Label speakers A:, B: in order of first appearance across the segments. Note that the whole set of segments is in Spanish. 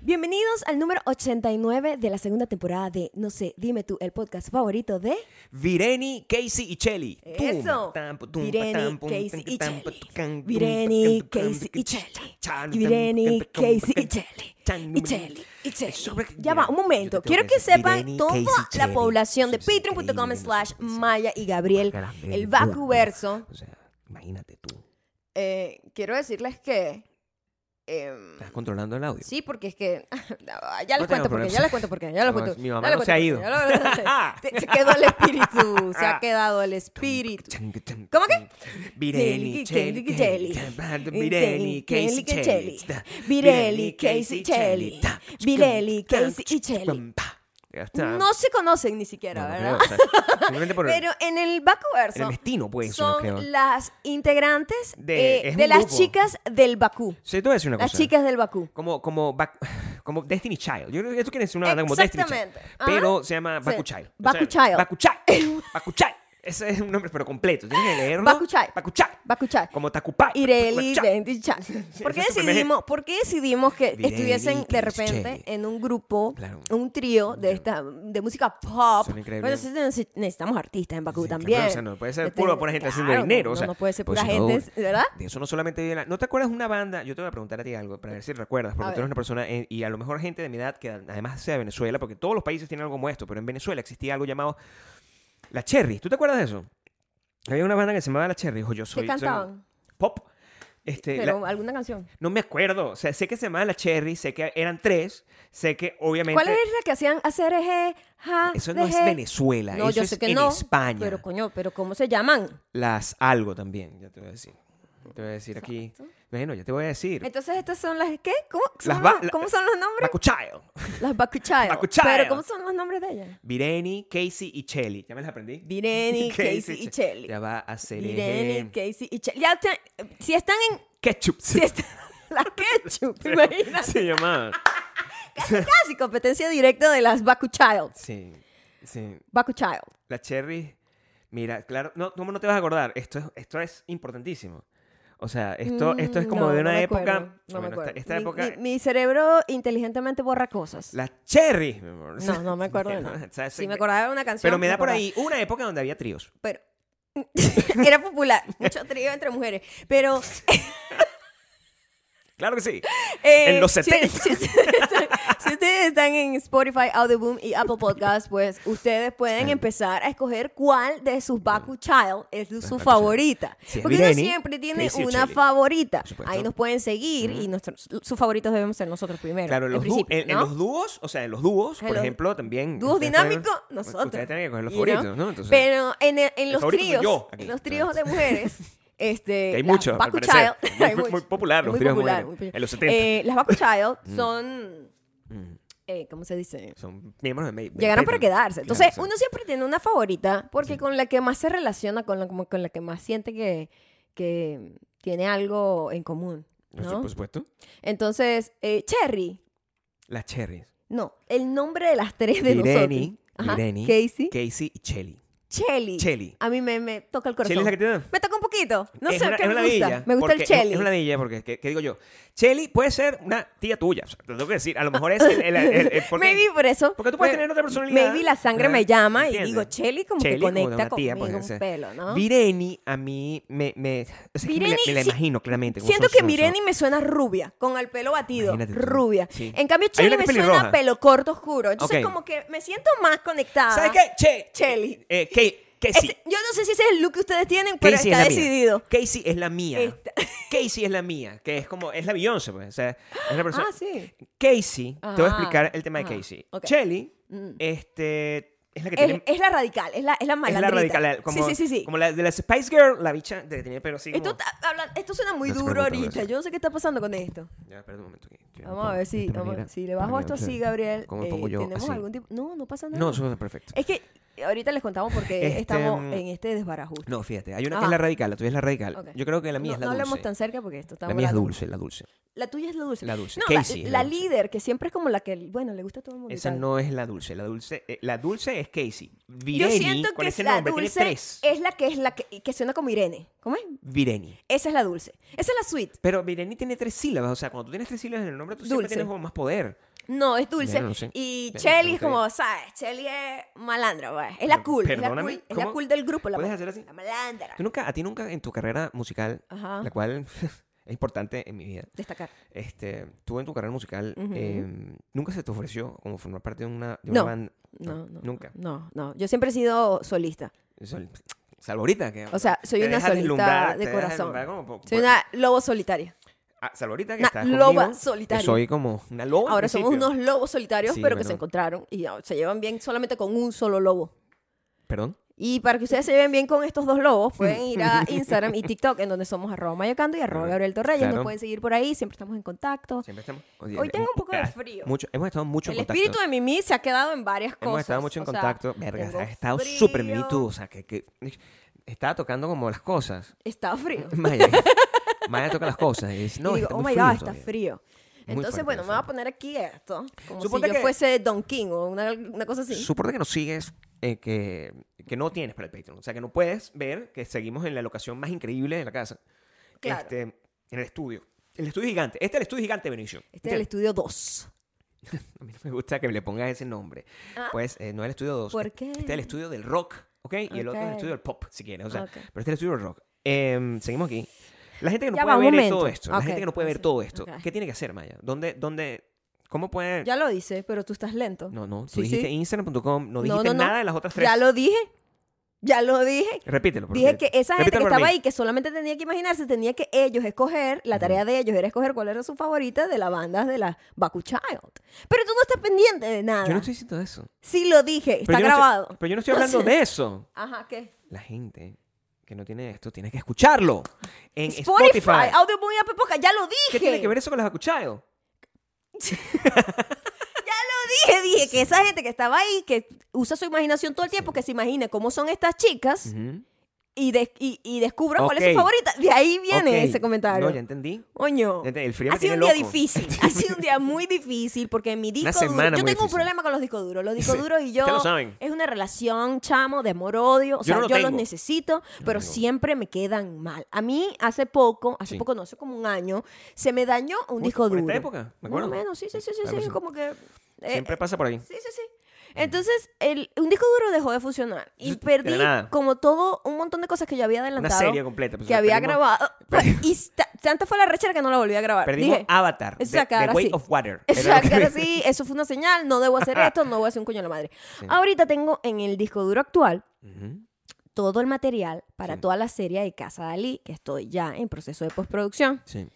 A: Bienvenidos al número 89 de la segunda temporada de No sé, dime tú, el podcast favorito de...
B: Vireni, Casey y Chelly.
A: Eso. Vireni, Casey y Chelly. Vireni, Casey y Chelly. Vireni, Casey y Chelly. Y Chelly, y Chelly. Ya va, un momento. Quiero que sepan toda la población de patreon.com slash Maya y Gabriel, el vacuverso.
B: O sea, imagínate tú.
A: Eh, quiero decirles que... em,
B: Estás controlando el audio.
A: Sí, porque es que. Ya les cuento
B: No tengo
A: porque,
B: problemas.
A: ya les cuento porque, ya les
B: No,
A: cuento.
B: mi
A: ya
B: mamá
A: les
B: no se ha
A: cuento por qué, ya les-
B: ido.
A: se, se quedó el espíritu, se ha quedado el espíritu. ¿Cómo que?
B: Vireni, Chelly.
A: Chelly,
B: Vireni, Casey,
A: Chelly,
B: Chelly.
A: Vireni, Casey, Chelly. Vireni, Casey y Chelly.
B: Ya está.
A: No se conocen ni siquiera,
B: No,
A: ¿verdad?
B: no creo, o sea, simplemente por el-
A: Pero en el Bacuverso
B: en el destino, pues, yo no
A: son
B: creo.
A: las integrantes
B: De-
A: eh,
B: es
A: de
B: un
A: las
B: grupo.
A: chicas del Bakú.
B: Sí, te voy a decir una
A: Las
B: cosa.
A: chicas del Bakú.
B: Como, como, Bac- como Destiny Child. Yo creo que esto quiere decir una banda como Destiny Child.
A: Exactamente. Ajá.
B: Pero se llama
A: Sí.
B: Baku Child.
A: Baku Child.
B: Baku Child. Baku Child. Ese es un nombre, pero completo. Tienes que leerlo.
A: Baku Child.
B: Baku Child.
A: Bakuchai.
B: Como Takupai.
A: Ireli
B: Baku Child.
A: Denti Chan. ¿Por qué,
B: ese es su primer
A: decidimos, ¿Por qué decidimos que
B: Ireli
A: estuviesen de
B: Denti
A: repente
B: Chan.
A: en un grupo,
B: Claro.
A: un trío de esta de música pop?
B: Son increíbles.
A: Bueno, sí, neces- necesitamos artistas en Bakú
B: Sí, claro,
A: también.
B: o sea, no puede ser
A: Este,
B: puro pura gente haciendo
A: claro,
B: dinero.
A: No,
B: o sea,
A: no puede ser
B: pues
A: pura
B: si no,
A: gente, ¿verdad?
B: De eso no solamente vive la... ¿No te acuerdas de una banda? Yo te voy a preguntar a ti algo para ver si recuerdas,
A: A
B: porque
A: ver.
B: tú eres una persona, eh, y a lo mejor gente de mi edad, que además sea de Venezuela, porque todos los países tienen algo como esto, pero en Venezuela existía algo llamado La Cherry. ¿Tú te acuerdas de eso? Había una banda que se llamaba La Cherry, o yo soy...
A: ¿Qué
B: soy
A: cantaban?
B: Pop. Este, la-
A: Pero alguna canción.
B: No me acuerdo. O sea, sé que se llamaba La Cherry, sé que eran tres, sé que obviamente...
A: ¿Cuál es la que hacían hacer eje? ja,
B: Eso no es
A: deje?
B: Venezuela,
A: No,
B: eso
A: yo
B: es
A: sé que
B: en
A: no.
B: España.
A: Pero coño, pero ¿cómo se llaman?
B: Las algo también, ya te voy a decir. Te voy a decir aquí. Bueno, ya te voy a decir.
A: Entonces estas son las ¿qué? ¿Cómo,
B: Las
A: son
B: ba-
A: los-
B: la-
A: ¿cómo son los nombres?
B: Bakuchayo.
A: Las Bakuchai.
B: Bakuchai.
A: Pero ¿cómo son los nombres de ellas?
B: Vireni, Casey y Chelly. ¿Ya me las aprendí?
A: Vireni, Casey y
B: Che-
A: Chelly.
B: Ya va a ser
A: Irene,
B: Vireni,
A: Casey y Chelly. Ya te- si están en.
B: Ketchup.
A: Si están, la ketchup, imagínate.
B: Se llamaba.
A: Casi competencia directa de las Baku Child.
B: Sí, sí.
A: Baku Child.
B: La Cherry. Mira, claro, no, ¿cómo no te vas a acordar? Esto es, esto es importantísimo. O sea, esto, esto es
A: Mm,
B: como
A: no,
B: de
A: no
B: una
A: me
B: época.
A: acuerdo, no me
B: bueno,
A: acuerdo.
B: esta, esta
A: Mi-
B: época.
A: Mi, mi cerebro inteligentemente borra cosas.
B: La Cherry, mi amor.
A: No, no me acuerdo de nada.
B: O sea,
A: Si me acordaba de una canción.
B: Pero me da por
A: acordaba.
B: ahí una época donde había tríos.
A: Pero. Era popular, mucho trío entre mujeres. Pero.
B: Claro que sí.
A: Eh,
B: En los
A: si-
B: 70.
A: Si, ustedes están- si ustedes están en Spotify, Audioboom y Apple Podcast, pues ustedes pueden empezar a escoger cuál de sus Baku Child es su
B: Baku
A: favorita.
B: Si es
A: Porque uno
B: Vireni,
A: siempre tiene
B: Casey o
A: una
B: Chelly.
A: favorita.
B: Por supuesto.
A: Ahí nos pueden seguir y nuestros, sus favoritos debemos ser nosotros primero.
B: Claro,
A: en
B: en los, dúos,
A: principio,
B: en, en
A: ¿no?
B: los dúos, o sea, en los dúos,
A: En
B: por
A: los
B: ejemplo, también.
A: Dúos
B: ustedes tienen-
A: dinámicos,
B: pues,
A: nosotros.
B: Ustedes tienen que coger los
A: you know.
B: favoritos, ¿no? Entonces,
A: Pero en, el- en los
B: favorito soy
A: tríos,
B: yo aquí.
A: en los tríos de mujeres, este,
B: Que hay
A: las
B: muchos, al
A: Baku
B: parecer.
A: Child-
B: Muy-
A: hay
B: muy-
A: muchos.
B: muy popular los
A: Muy
B: tríos de
A: popular,
B: mujeres.
A: muy-
B: En los 70.
A: Eh, las Baku Child son, eh, ¿cómo se dice?
B: son miembros de May- de
A: Llegaron para
B: Patreon.
A: quedarse.
B: Claro,
A: Entonces,
B: o sea,
A: uno siempre tiene una favorita porque con la que más se relaciona, con la, como con la que más siente que, que tiene algo en común.
B: por su-
A: ¿no?
B: Por supuesto.
A: Entonces, eh, Cherry,
B: Las cherries.
A: no, el nombre de las tres de
B: Irene,
A: nosotros. Ajá,
B: Irene,
A: Casey,
B: Casey y Chelly.
A: Chelly.
B: Chelly.
A: A mí me, me toca el corazón.
B: ¿Chelly es la que te da?
A: Me toca un poquito. No
B: Es
A: sé
B: una-
A: qué
B: es
A: me
B: una
A: gusta.
B: ladilla,
A: me gusta el
B: porque es-
A: Chelly.
B: Es una ladilla, porque, ¿qué, qué digo yo? Chelly puede ser una tía tuya. O sea, te lo tengo que decir. A lo mejor es el. el, el- el- porque-
A: Maybe por eso.
B: porque tú puedes
A: me-
B: tener otra personalidad,
A: Maybe la sangre me
B: ¿verdad?
A: llama y
B: ¿Entiendes?
A: digo, Chelly como que
B: Chelly como de
A: conecta
B: una tía,
A: conmigo
B: porque, o
A: un
B: sea,
A: pelo, ¿no?
B: Vireni a mí me, me, o sea, es que me la-
A: Vireni,
B: me la
A: sí.
B: imagino claramente. como
A: Siento
B: son-
A: que
B: son-
A: Mireni me suena rubia, con el pelo batido,
B: Imagínate tú.
A: rubia.
B: Sí.
A: En cambio,
B: Hay
A: Chelly
B: una que
A: me
B: es
A: suena
B: pelirroja.
A: pelo corto oscuro. Entonces,
B: Ok.
A: como que me siento más conectada.
B: ¿Sabes qué? Che,
A: Chelly.
B: Eh, Kay-
A: Ese-
B: Casey.
A: yo no sé si ese es el look que ustedes tienen, pero está
B: mía.
A: decidido.
B: Casey es la mía.
A: Está-
B: Casey es la mía, que es como, es la Beyoncé, pues. O sea, es la persona.
A: Ah, sí.
B: Casey, te voy
A: Ajá,
B: a explicar el tema
A: ajá,
B: de Casey.
A: ok. Mm.
B: Chelly, este, es la que
A: Es,
B: tiene...
A: es la radical, es la, es la
B: Es
A: malandrita.
B: la radical, la- como,
A: sí, sí, sí. sí.
B: como la de la Spice Girl, la bicha de tener pero así
A: Esto,
B: como...
A: está- habla- esto suena muy
B: No se
A: duro
B: preocupe,
A: ahorita.
B: gracias.
A: Yo no sé qué está pasando con esto.
B: Ya, espera un momento. aquí. Yo
A: Vamos a
B: pongo
A: ver
B: de
A: si,
B: esta
A: vamos-
B: manera,
A: si le
B: para
A: bajo
B: que
A: esto
B: no se-
A: así, Gabriel.
B: ¿Cómo
A: eh,
B: me pongo yo
A: ¿Tenemos
B: así?
A: algún tipo? Eh. No, no pasa nada.
B: No, eso es perfecto.
A: Es que ahorita les contamos porque
B: Este,
A: estamos
B: mm,
A: en este desbarajuste.
B: No, fíjate, hay una que
A: Ajá.
B: es la radical, la tuya es la radical.
A: Ah. Ok.
B: Yo creo que la mía
A: no,
B: es la
A: no
B: dulce.
A: hablemos tan cerca porque esto está
B: la mía es
A: volando.
B: dulce, la dulce.
A: La tuya es la dulce.
B: La dulce.
A: No,
B: Casey
A: la,
B: es
A: la
B: la dulce.
A: líder, que siempre es como la que, bueno, le gusta a todo el mundo. y
B: Esa
A: tal.
B: no es la dulce, la dulce, eh, la dulce es Casey.
A: Yo
B: Vireni,
A: siento
B: con
A: que
B: ese
A: la
B: nombre,
A: dulce
B: tiene tres.
A: es la que es la que, que suena como Irene. ¿Cómo es?
B: Vireni.
A: Esa es la dulce. Esa es la sweet.
B: Pero Vireni tiene tres sílabas, o sea, cuando tú tienes tres sílabas en el nombre, tú
A: Dulce.
B: siempre tienes como más poder.
A: No, es dulce.
B: Bueno, no sé.
A: Y
B: Bueno,
A: Chelly es
B: está
A: como, ¿sabes? Chelly es malandra, pues. Es la cool. Es la
B: Perdóname,
A: cool, es la
B: ¿cómo?
A: cool del grupo. La,
B: ¿Puedes hacer así?
A: la malandra.
B: Tú nunca, a ti nunca en tu carrera musical,
A: Ajá.
B: la cual es importante en mi vida,
A: Destacar.
B: este, tú en tu carrera musical,
A: Ujú.
B: eh, nunca se te ofreció como formar parte de una, de
A: No.
B: banda.
A: No, no.
B: Nunca.
A: No, no. Yo siempre he sido solista.
B: Sol- Salvo ahorita. Que,
A: O sea, soy
B: te
A: una
B: dejas
A: solista
B: deslumbrar,
A: de
B: te dejas
A: corazón.
B: deslumbrar como por-
A: Soy
B: por-
A: una lobo solitaria.
B: Ah, salvo ahorita que
A: una
B: estás
A: loba
B: conmigo, que
A: solitaria.
B: Soy como una loba. al
A: Ahora somos
B: principio.
A: unos lobos solitarios,
B: Sí,
A: pero que
B: bueno.
A: se encontraron y ah, se llevan bien solamente con un solo lobo.
B: Perdón.
A: Y para que ustedes se lleven bien con estos dos lobos, pueden ir a Instagram y TikTok, en donde somos arroba mayocando y arroba
B: Claro.
A: Gabriel Torreyes. Nos
B: Claro.
A: pueden seguir por ahí, siempre estamos en contacto.
B: Siempre estamos.
A: Hoy tengo un poco de frío.
B: Mucho, hemos estado mucho
A: El
B: en contacto.
A: espíritu de Mimi se ha quedado en varias cosas.
B: Hemos estado mucho en
A: o sea,
B: contacto. Verga,
A: tengo
B: has estado
A: frío,
B: súper Mimi tú, O sea, que, que estaba tocando como las cosas.
A: Está frío.
B: Maya. Maya toca las cosas. Y dice, no,
A: y digo,
B: está
A: oh
B: muy
A: my
B: frío
A: god, está
B: todavía".
A: frío.
B: Muy
A: Entonces,
B: fuerte
A: bueno, me
B: eso.
A: voy a poner aquí esto, como
B: Suponte
A: si yo
B: que-
A: fuese Don King o una, una cosa así.
B: Suponte que nos sigues, eh, que, que no tienes para el Patreon. O sea, que no puedes ver que seguimos en la locación más increíble de la casa.
A: Claro.
B: Este, en el estudio. El estudio gigante. Este es el estudio gigante, Benicio.
A: Este es el estudio 2.
B: A mí no me gusta que le pongas ese nombre.
A: Ah.
B: Pues eh, no es el estudio 2.
A: ¿Por qué?
B: Este es el estudio del rock, ¿ok? Y el otro es el
A: Ok.
B: estudio del pop, si quieres. O sea,
A: Ok.
B: pero este es el estudio del rock. Em, seguimos aquí. La gente que no
A: Ya va,
B: puede
A: un
B: ver
A: momento.
B: todo esto, la
A: Ok,
B: gente que no puede ver
A: entonces,
B: todo esto,
A: ok.
B: ¿qué tiene que hacer, Maya? ¿Dónde, dónde, cómo puede...?
A: Ya lo hice, pero tú estás lento.
B: Eh. No, no, tú
A: Sí,
B: dijiste
A: sí.
B: Instagram.com, no
A: No,
B: dijiste
A: no, no.
B: nada de las otras tres.
A: Ya lo dije. Ya lo dije.
B: Repítelo. por
A: Dije
B: favor.
A: que esa gente que
B: Repítelo por
A: estaba
B: mí.
A: ahí, que solamente tenía que imaginarse, tenía que ellos escoger, la tarea de ellos era escoger cuál era su favorita de la banda de la Baku Child. Pero tú no estás pendiente de nada.
B: Yo no estoy diciendo eso.
A: Sí lo dije,
B: Pero
A: está
B: yo no estoy-
A: grabado.
B: pero yo no estoy hablando de eso.
A: Ajá, ¿qué?
B: La gente que no tiene esto tiene que escucharlo en
A: Spotify,
B: Spotify.
A: Audio Boom y Apple Podcast, ya lo dije.
B: ¿Qué tiene que ver eso con las Bacuchayo?
A: Ya lo dije, dije que esa gente que estaba ahí, que usa su imaginación todo el tiempo, que se imagine cómo son estas chicas y, des- y, y descubra cuál es
B: Mm. Ok.
A: su favorita. De ahí viene
B: Ok.
A: ese comentario.
B: No, ya entendí.
A: Coño.
B: Ya entendí, El frío me
A: ha sido
B: tiene
A: un día
B: loco.
A: difícil, ha sido un día muy difícil porque mi disco
B: semana
A: duro, yo
B: muy
A: tengo un
B: difícil.
A: problema con los discos duros, los discos
B: Sí,
A: duros y yo
B: ustedes lo saben.
A: es una relación chamo de amor odio, o
B: Yo
A: sea,
B: no lo
A: yo los
B: tengo.
A: necesito, pero
B: tengo.
A: siempre me quedan mal. A mí hace poco, hace
B: Sí.
A: poco no, hace como un año, se me dañó un
B: Uy,
A: disco
B: por
A: duro.
B: esta época, me
A: Más o
B: acuerdo.
A: menos, sí, sí, sí, sí,
B: Algo
A: sí,
B: así.
A: como que eh,
B: Siempre pasa por ahí.
A: Sí, sí, sí. Entonces, el, un disco duro dejó de funcionar y
B: Eso- de la
A: perdí
B: nada.
A: como todo un montón de cosas que yo había
B: Una
A: adelantado
B: serie completa. pues,
A: que había
B: perdimos-
A: grabado.
B: perdimos-
A: Y ta- tanta fue la rechera que no la volví a grabar.
B: Perdimos
A: Dije,
B: Avatar.
A: eso
B: de-
A: se va a quedar
B: The Weight
A: así.
B: of Water.
A: eso,
B: Era lo que-
A: era así, eso fue una señal, no debo hacer esto, no voy a hacer un coño a la madre. Ahorita tengo en el disco duro actual
B: Ujú.
A: todo el material para
B: Sí.
A: toda la serie de Casa Dalí, que estoy ya en proceso de postproducción.
B: Sí.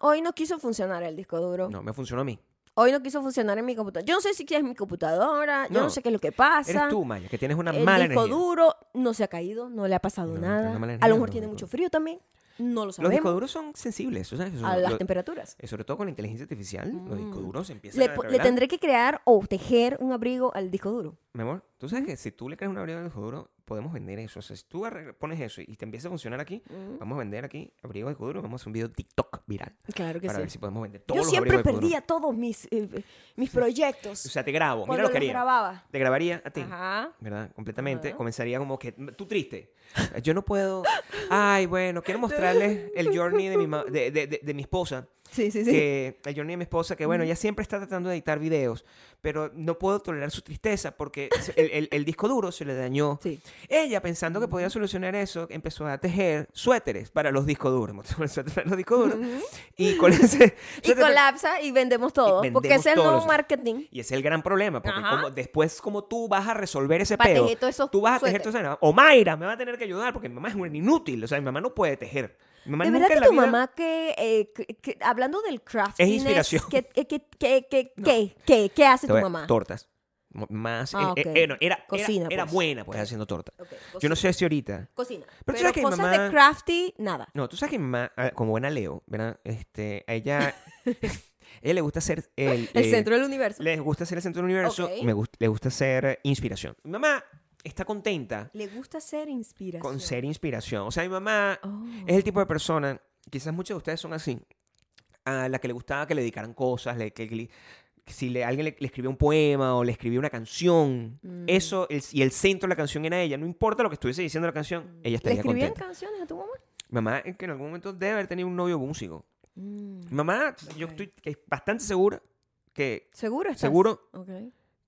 A: Hoy no quiso funcionar el disco duro.
B: No, me funcionó a mí.
A: Hoy no quiso funcionar en mi computadora. Yo no sé si es mi computadora, yo no
B: No.
A: sé qué es lo que pasa.
B: Eres tú, Maya, que tienes una
A: el
B: mala
A: disco
B: energía.
A: duro no se ha caído, no le ha pasado
B: No,
A: nada.
B: una mala
A: a
B: energía,
A: lo mejor
B: no,
A: tiene
B: no.
A: mucho frío también, no lo
B: Los discos
A: sabemos.
B: duros son sensibles, ¿tú ¿sabes? Eso-
A: A las
B: lo-
A: temperaturas.
B: eh, sobre todo con la inteligencia artificial, los discos duros empiezan
A: Le,
B: a
A: po- le
B: revelar.
A: tendré que crear o tejer un abrigo al disco duro.
B: Mi amor, tú sabes que si tú le creas un abrigo de disco duro, podemos vender eso. O sea, si tú arregla- pones eso y te empieza a funcionar aquí, vamos a vender aquí abrigo de disco duro, vamos a hacer un video TikTok viral
A: Claro que
B: para ver
A: sí.
B: si podemos vender todos
A: Yo
B: los
A: siempre
B: abrigos de disco duro.
A: perdía todos mis, eh, mis proyectos
B: O sea, te grabo,
A: cuando
B: mira lo
A: los
B: que haría.
A: grababa.
B: Te grabaría a ti.
A: Ajá.
B: ¿Verdad? Completamente.
A: Ajá.
B: Comenzaría como que tú triste. Yo no puedo. Ay, bueno, quiero mostrarles el journey de mi, ma- de, de- de- de mi esposa.
A: Sí, sí, sí.
B: Que, el journey de mi esposa, que bueno, ella siempre está tratando de editar videos, pero no puedo tolerar su tristeza porque se- el, el- el disco duro se le dañó.
A: Sí.
B: Ella, pensando que podía solucionar eso, empezó a tejer suéteres para los discos duros. Montó el suéter para los discos duros. Y con ese.
A: Y
B: suéter-
A: colapsa y vendemos todo.
B: vendemos
A: porque ese es el
B: todos
A: nuevo
B: los-
A: marketing.
B: y ese es el gran problema, porque
A: Ajá.
B: como, después como tú vas a resolver ese
A: Pa'
B: pedo,
A: tejer todos esos
B: tú vas a tejer
A: suéteres.
B: todo eso, o Mayra me va a tener que ayudar, porque mi mamá es una inútil, o sea, mi mamá no puede tejer. Mi mamá
A: De
B: nunca
A: verdad que
B: en la
A: tu
B: vida-
A: mamá que, eh, que- que- hablando del craft
B: inspiración.
A: ¿qué, qué, qué, qué, qué, qué- qué hace tu
B: Te voy a-
A: mamá?
B: Tortas. M- Más,
A: Ah,
B: eh, eh,
A: ok.
B: eh, no, era, era-
A: Cocina,
B: era,
A: pues.
B: buena pues
A: Ok.
B: haciendo torta.
A: Ok,
B: Yo
A: cocina.
B: no sé si ahorita.
A: Cocina. Pero,
B: Pero tú sabes que mi
A: cosas de
B: mamá-
A: crafty, nada.
B: No, tú sabes que mi mamá, ah, como buena Leo, ¿verdad? Este, a ella, a ella le gusta hacer el,
A: El
B: eh,
A: centro del universo.
B: les gusta hacer el centro del universo,
A: Ok.
B: me gust- le gusta hacer inspiración. Mi mamá está contenta
A: Le gusta ser inspiración.
B: con ser inspiración. O sea, mi mamá
A: Oh.
B: es el tipo de persona, quizás muchos de ustedes son así, a la que le gustaba que le dedicaran cosas, le- que, que le- que si le, alguien le, le escribía un poema o le escribía una canción,
A: Mm.
B: eso, el- y el centro de la canción era ella, no importa lo que estuviese diciendo la canción, ella
A: Mm. ¿Le
B: estaría
A: escribían
B: contenta.
A: canciones a tu mamá?
B: Mi Mamá, es que en algún momento debe haber tenido un novio músico.
A: Mm.
B: Mi Mamá, yo estoy que- bastante segura que
A: ¿Seguro estás?
B: seguro
A: Ok.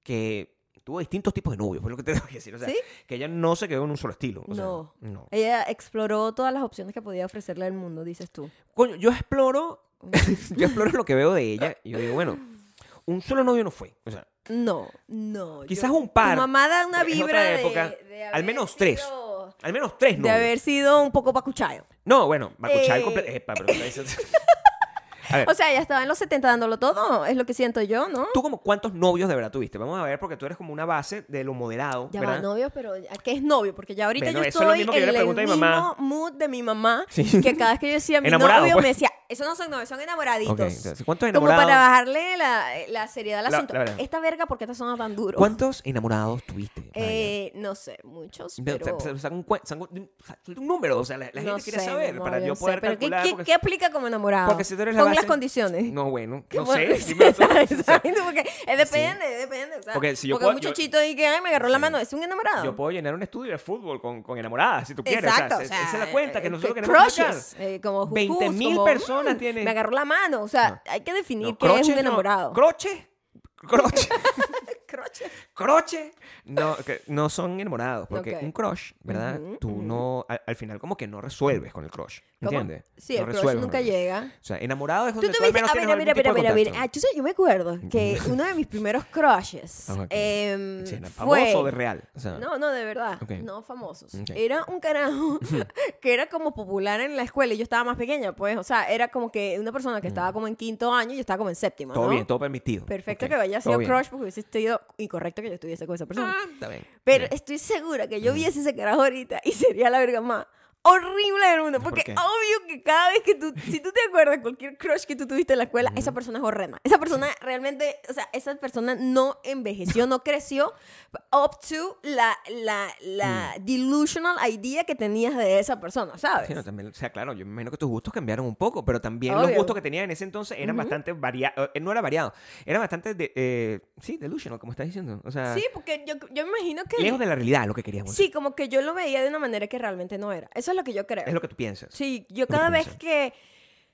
B: que tuvo distintos tipos de novios, por lo que te tengo que decir. O sea,
A: ¿Sí?
B: que ella no se quedó en un solo estilo. o sea,
A: No.
B: no.
A: Ella exploró todas las opciones que podía ofrecerle al mundo, dices tú.
B: Coño, yo exploro, yo exploro lo que veo de ella y yo digo, bueno, un solo novio no fue. O sea,
A: No, no. yo-
B: Quizás un par,
A: Tu mamá da una
B: porque es
A: vibra
B: otra
A: de-
B: época.
A: de,
B: Al
A: haber
B: menos tres.
A: sido-
B: al menos tres
A: De
B: novios.
A: haber sido un poco pacuchayo.
B: No, bueno, Macuchal
A: Eh.
B: completo. Epa, pero eso- A ver,
A: O sea, ella estaba en los 70 dándolo todo, es lo que siento yo, ¿no?
B: tú como cuántos novios de verdad tuviste? Vamos a ver, porque tú eres como una base de lo moderado,
A: Ya va,
B: ¿verdad?
A: novios, pero ¿a qué es novio? Porque ya ahorita
B: Bueno,
A: yo
B: eso es lo
A: estoy
B: mismo que
A: en
B: yo le
A: el
B: pregunto a mi
A: mismo
B: mamá.
A: mood de mi mamá.
B: Sí.
A: Que cada vez que yo decía mi
B: Enamorado,
A: novio,
B: pues.
A: me decía, eso no son novios, son enamoraditos.
B: Ok, entonces, ¿cuántos
A: Como
B: enamorados?
A: para bajarle la, la seriedad al
B: La-
A: asunto.
B: la verdad.
A: Esta verga, ¿por qué te sonando tan duro?
B: ¿Cuántos enamorados tuviste? Maya?
A: Eh, no sé, muchos,
B: No,
A: pero...
B: o sea, saca un, cuen- saca un- saca un número, o sea, la, la
A: no
B: gente quiere
A: sé, mi
B: saber
A: amor,
B: para yo
A: no
B: poder
A: sé, pero ¿qué-
B: calcular.
A: ¿qué,
B: porque-
A: qué aplica como enamorado?
B: Porque si tú eres la
A: Pon las
B: base-
A: condiciones.
B: No, bueno,
A: ¿Qué
B: no
A: bueno,
B: sé. dime tú.
A: exacto,
B: O sea,
A: exacto, porque eh, depende, depende. O sea,
B: Porque si yo
A: porque
B: puedo-
A: un
B: yo-
A: muchachito ahí que ay, me agarró la mano, es un enamorado.
B: Yo puedo llenar un estudio de fútbol con, con enamoradas, si tú quieres.
A: Exacto,
B: o sea, se-
A: o sea,
B: esa es la cuenta que
A: eh,
B: nosotros
A: que
B: queremos sacar.
A: crushes, eh, como jujus,
B: 20.000
A: como,
B: personas
A: mm,
B: tienen-
A: Me agarró la mano, o sea,
B: No.
A: hay que definir
B: No,
A: qué es
B: croche,
A: un
B: no.
A: enamorado.
B: ¿Croche? ¿Croche?
A: Croche.
B: ¿Croche? No, que no son enamorados, porque
A: Ok.
B: un crush, ¿verdad?
A: Ujú,
B: Tú no, al, al final como que no resuelves con el crush,
A: ¿Cómo?
B: ¿entiendes?
A: Sí,
B: No
A: el crush
B: resuelves con
A: nunca
B: el
A: llega.
B: O sea, enamorado es
A: Tú
B: donde tú al
A: tuviste,
B: menos
A: a
B: tienes
A: ver, a
B: algún
A: ver, a ver,
B: tipo
A: a
B: de
A: ver, a ver.
B: contacto.
A: Ah, yo, sé, yo me acuerdo que uno de mis primeros crushes
B: Ah, ok.
A: em,
B: Sí, no,
A: fue...
B: famoso de real. O sea,
A: No, no, de verdad.
B: Ok.
A: No famosos.
B: Ok.
A: Era un carajo que era como popular en la escuela y yo estaba más pequeña, pues. O sea, era como que una persona que estaba como en quinto año y yo estaba como en séptimo.
B: todo
A: ¿no?
B: bien, todo permitido.
A: Perfecto
B: Ok,
A: que vaya
B: todo
A: sido
B: bien.
A: crush porque hubiese sido incorrecto que yo estuviese con esa persona.
B: Ah, está bien.
A: Pero
B: Bien.
A: estoy segura que yo viese ese carajo ahorita y sería la verga más horrible del mundo.
B: ¿Por
A: Porque
B: qué?
A: obvio que cada vez que tú, si tú te acuerdas de cualquier crush que tú tuviste en la escuela, esa persona es horrenda. Esa persona realmente, o sea, esa persona no envejeció, no creció up to la, la, la
B: Mm.
A: delusional idea que tenías de esa persona, ¿sabes?
B: Sí, no, también, o sea, claro, yo me imagino que tus gustos cambiaron un poco, pero también los
A: Obvio.
B: gustos que tenía en ese entonces eran bastante variados, no era variado, era bastante, de, eh, sí, delusional, como estás diciendo, o sea,
A: Sí, porque yo, yo me imagino que...
B: ah. lejos de la realidad lo que queríamos.
A: Sí, como que yo lo veía de una manera que realmente no era. Eso es lo que yo creo.
B: Es lo que tú piensas.
A: Sí, yo
B: que
A: cada vez
B: piensan.
A: que...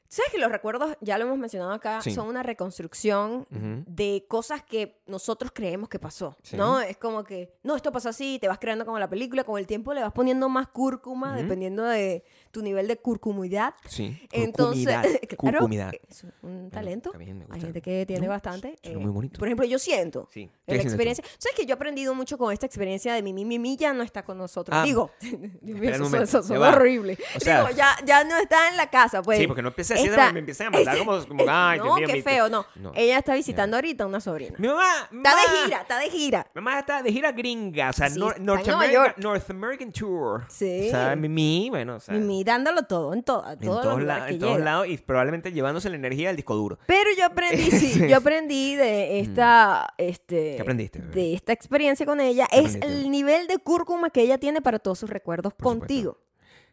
A: ¿Sabes que los recuerdos, ya lo hemos mencionado acá,
B: Sí.
A: son una reconstrucción
B: Ujú.
A: de cosas que nosotros creemos que pasó,
B: Sí.
A: ¿no? Es como que, no, esto pasó así, te vas creando como la película, con el tiempo le vas poniendo más cúrcuma, dependiendo de tu nivel de curcumidad.
B: Sí.
A: Entonces,
B: Curcumidad.
A: claro,
B: curcumidad.
A: es un talento.
B: también me
A: Hay
B: gusta.
A: gente que tiene
B: No,
A: bastante. eh,
B: suena muy bonito.
A: Por ejemplo, yo siento
B: Sí.
A: en
B: ¿Qué
A: la
B: sientes tú?
A: experiencia. ¿Sabes que yo he aprendido mucho con esta experiencia de Mimi? Mimi ya no está con nosotros.
B: Ah,
A: Digo,
B: un
A: eso,
B: momento,
A: eso
B: ya
A: suena
B: va.
A: horrible.
B: O sea-
A: Digo, ya, ya no está en la casa. Pues,
B: Sí, porque no empieza así,
A: Está-
B: me empiezan a mandar como, como, ay, Dios
A: no,
B: mío,
A: qué
B: mi-
A: feo, no.
B: No.
A: Ella está visitando ahorita una sobrina.
B: Mi mamá,
A: Está
B: mamá.
A: de gira, está de gira.
B: Mi mamá está de gira gringa, o sea,
A: Sí,
B: Nor-
A: está en
B: North,
A: Nueva
B: America-
A: York.
B: North American Tour.
A: Sí.
B: O sea, Mimi, bueno, o sea,
A: Mimi dándolo todo, en, todo, a
B: en
A: todos los
B: todos,
A: lugares
B: lados,
A: que
B: en todos
A: llega.
B: lados y probablemente llevándose la energía del disco duro.
A: Pero yo aprendí, sí, yo aprendí de esta, este,
B: Mm. ¿Qué aprendiste, bebé?
A: De esta experiencia con ella
B: ¿Qué
A: es
B: aprendiste?
A: el nivel de cúrcuma que ella tiene para todos sus recuerdos
B: Por supuesto. Oh. Mm.
A: contigo.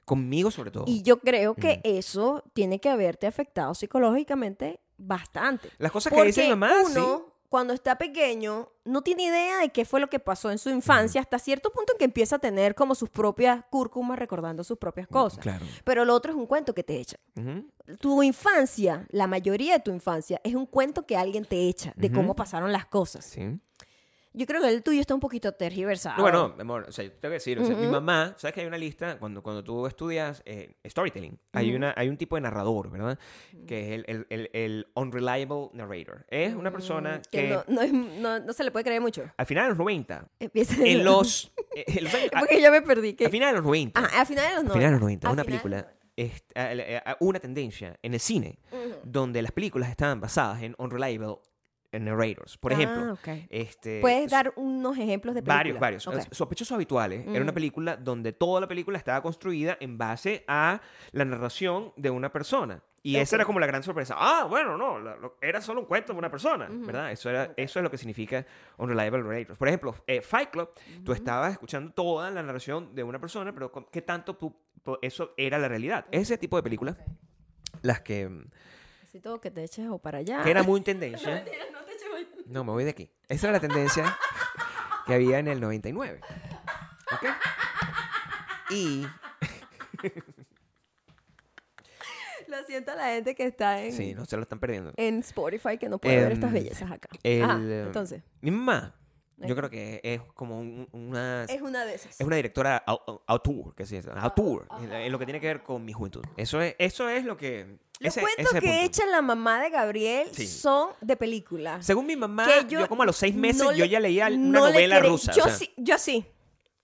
B: Conmigo sobre todo.
A: Y yo creo que eso tiene que haberte afectado psicológicamente bastante.
B: Las cosas que
A: Porque
B: dice mi mamá,
A: uno, cuando está pequeño, no tiene idea de qué fue lo que pasó en su
B: Mm.
A: infancia hasta cierto punto en que empieza a tener como sus propias cúrcumas recordando sus propias cosas.
B: Mm, claro.
A: Pero lo otro es un cuento que te echan.
B: sí. Ujú.
A: Tu infancia, la mayoría de tu infancia, es un cuento que alguien te echa de cómo pasaron las cosas.
B: Sí.
A: Yo creo que el tuyo está un poquito tergiversado.
B: No, bueno, mi amor, o sea, yo te tengo que decir, o sea, mi mamá, ¿sabes que hay una lista? Cuando, cuando tú estudias eh, storytelling, hay, una, hay un tipo de narrador, ¿verdad? Que es el, el, el- el unreliable narrator. Es una persona
A: Mm, que
B: que,
A: no, no es- no- no se le puede creer mucho.
B: al final de los 90,
A: Empieza
B: en los... eh, en los años- a-
A: Porque yo me perdí. ¿qué?
B: al final de los 90,
A: Ah, al final de los
B: al
A: 90.
B: final de los 90,
A: Al
B: una
A: final de
B: película, est- a- a- a- una tendencia en el cine, donde las películas estaban basadas en unreliable narrators. Por
A: Ah,
B: ejemplo,
A: ok.
B: este,
A: ¿Puedes dar unos ejemplos de películas?
B: Varios, varios.
A: Ok. Mm.
B: Sospechosos habituales. Era una película donde toda la película estaba construida en base a la narración de una persona. Y esa era como la gran sorpresa. Ah, bueno, no, la- lo- era solo un cuento de una persona, ¿verdad? Eso, era, eso es lo que significa Unreliable Narrators. Por ejemplo, eh, Fight Club, tú estabas escuchando toda la narración de una persona, pero con- ¿qué tanto tú- po- eso era la realidad? Ese tipo de películas, las que,
A: Necesito que te eches o para allá.
B: que era muy en tendencia.
A: Ah. No te eches para allá.
B: No, me voy de aquí. Esa era la tendencia que había en el 99. ¿Ok? Y
A: Lo siento a la gente que está en,
B: Sí, no se lo están perdiendo.
A: en Spotify que no puede ver
B: Em,
A: estas bellezas acá.
B: el- em, eh,
A: Ajá, entonces,
B: Mi mamá,
A: Ajá.
B: yo creo que es como un- una...
A: es una de esas.
B: Es una directora au- au- auteur, que se dice, auteur, en- en lo que tiene que ver con mi juventud. Eso es, eso es lo que...
A: Los
B: ese-
A: cuentos
B: ese
A: que
B: punto.
A: echa la mamá de Gabriel
B: Sí.
A: son de película.
B: Según mi mamá,
A: Que
B: yo, como a los seis meses
A: no
B: yo
A: le-
B: ya leía una
A: no le
B: novela
A: cre-
B: rusa. o
A: Yo
B: sea,
A: sí, yo sí.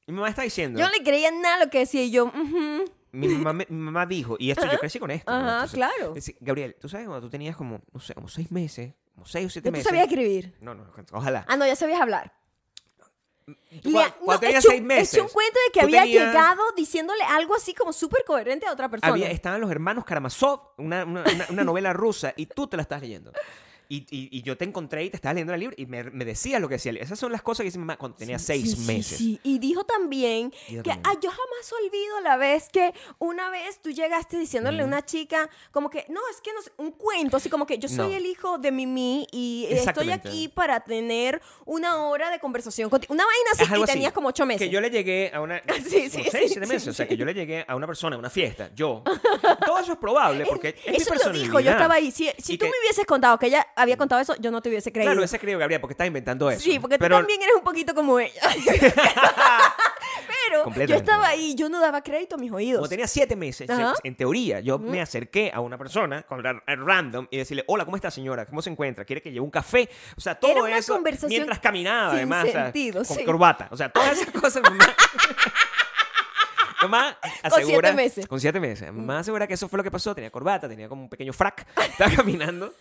B: Mi mamá está diciendo,
A: Yo no le creía nada lo que decía y yo, ujú,
B: mi, mamá, me- mi mamá dijo, y esto yo crecí con esto. ¿no?
A: ajá, claro.
B: es decir, Gabriel, tú sabes cuando tú tenías como, no sé, como seis meses, como seis o siete
A: ¿tú
B: meses.
A: sabías escribir?
B: No, no, ojalá.
A: Ah, no, ya sabías hablar.
B: Tú
A: Le-
B: cua-
A: no,
B: cuando tenías
A: eché un-
B: seis meses.
A: eché un cuento de que
B: tú
A: había
B: tenías-
A: llegado diciéndole algo así como súper coherente a otra persona.
B: había- estaban los hermanos Karamazov, una, una- una- una novela rusa, y tú te la estás leyendo. Y, y- y yo te encontré y te estabas leyendo el libro y me, me decías lo que decía. Esas son las cosas que dice mi mamá cuando tenía seis
A: Sí, sí,
B: meses.
A: sí. Y dijo también
B: Dijo
A: que
B: también.
A: "Ah, yo jamás olvido la vez que una vez tú llegaste diciéndole a una chica como que, no, es que no sé", un cuento, así como que yo soy
B: No.
A: el hijo de Mimi y estoy
B: Exactamente.
A: aquí para tener una hora de conversación contigo. Una vaina así
B: Es algo
A: y tenías
B: así.
A: como ocho meses.
B: Que yo le llegué a una.
A: Sí, sí, sí,
B: como seis,
A: sí,
B: siete
A: sí,
B: meses. O sea,
A: sí.
B: que yo le llegué a una persona a una fiesta. Yo. Todo eso es probable porque es, mi
A: eso lo
B: personalidad.
A: dijo, yo estaba ahí. Si, si
B: Y
A: tú
B: que-
A: me hubieses contado que ella había contado eso, yo no te hubiese creído.
B: Claro, ese creo, Gabriel, porque estás inventando eso.
A: Sí, porque
B: Pero-
A: tú también eres un poquito como ella. Pero yo
B: Completamente.
A: estaba ahí, yo no daba crédito a mis oídos.
B: Cuando tenía siete meses,
A: Ajá.
B: en teoría, yo me acerqué a una persona con la- a random y decirle, hola, ¿cómo está señora? ¿Cómo se encuentra? ¿Quiere que lleve un café? O sea, todo
A: Era una
B: eso
A: conversación
B: mientras caminaba,
A: sin
B: además. o sea,
A: sentido,
B: con
A: sí.
B: corbata. O sea, todas esas cosas, mamá. Mamá
A: siete
B: asegura.
A: meses.
B: Con siete meses. Mamá asegura que eso fue lo que pasó. Tenía corbata, tenía como un pequeño frac. Estaba caminando.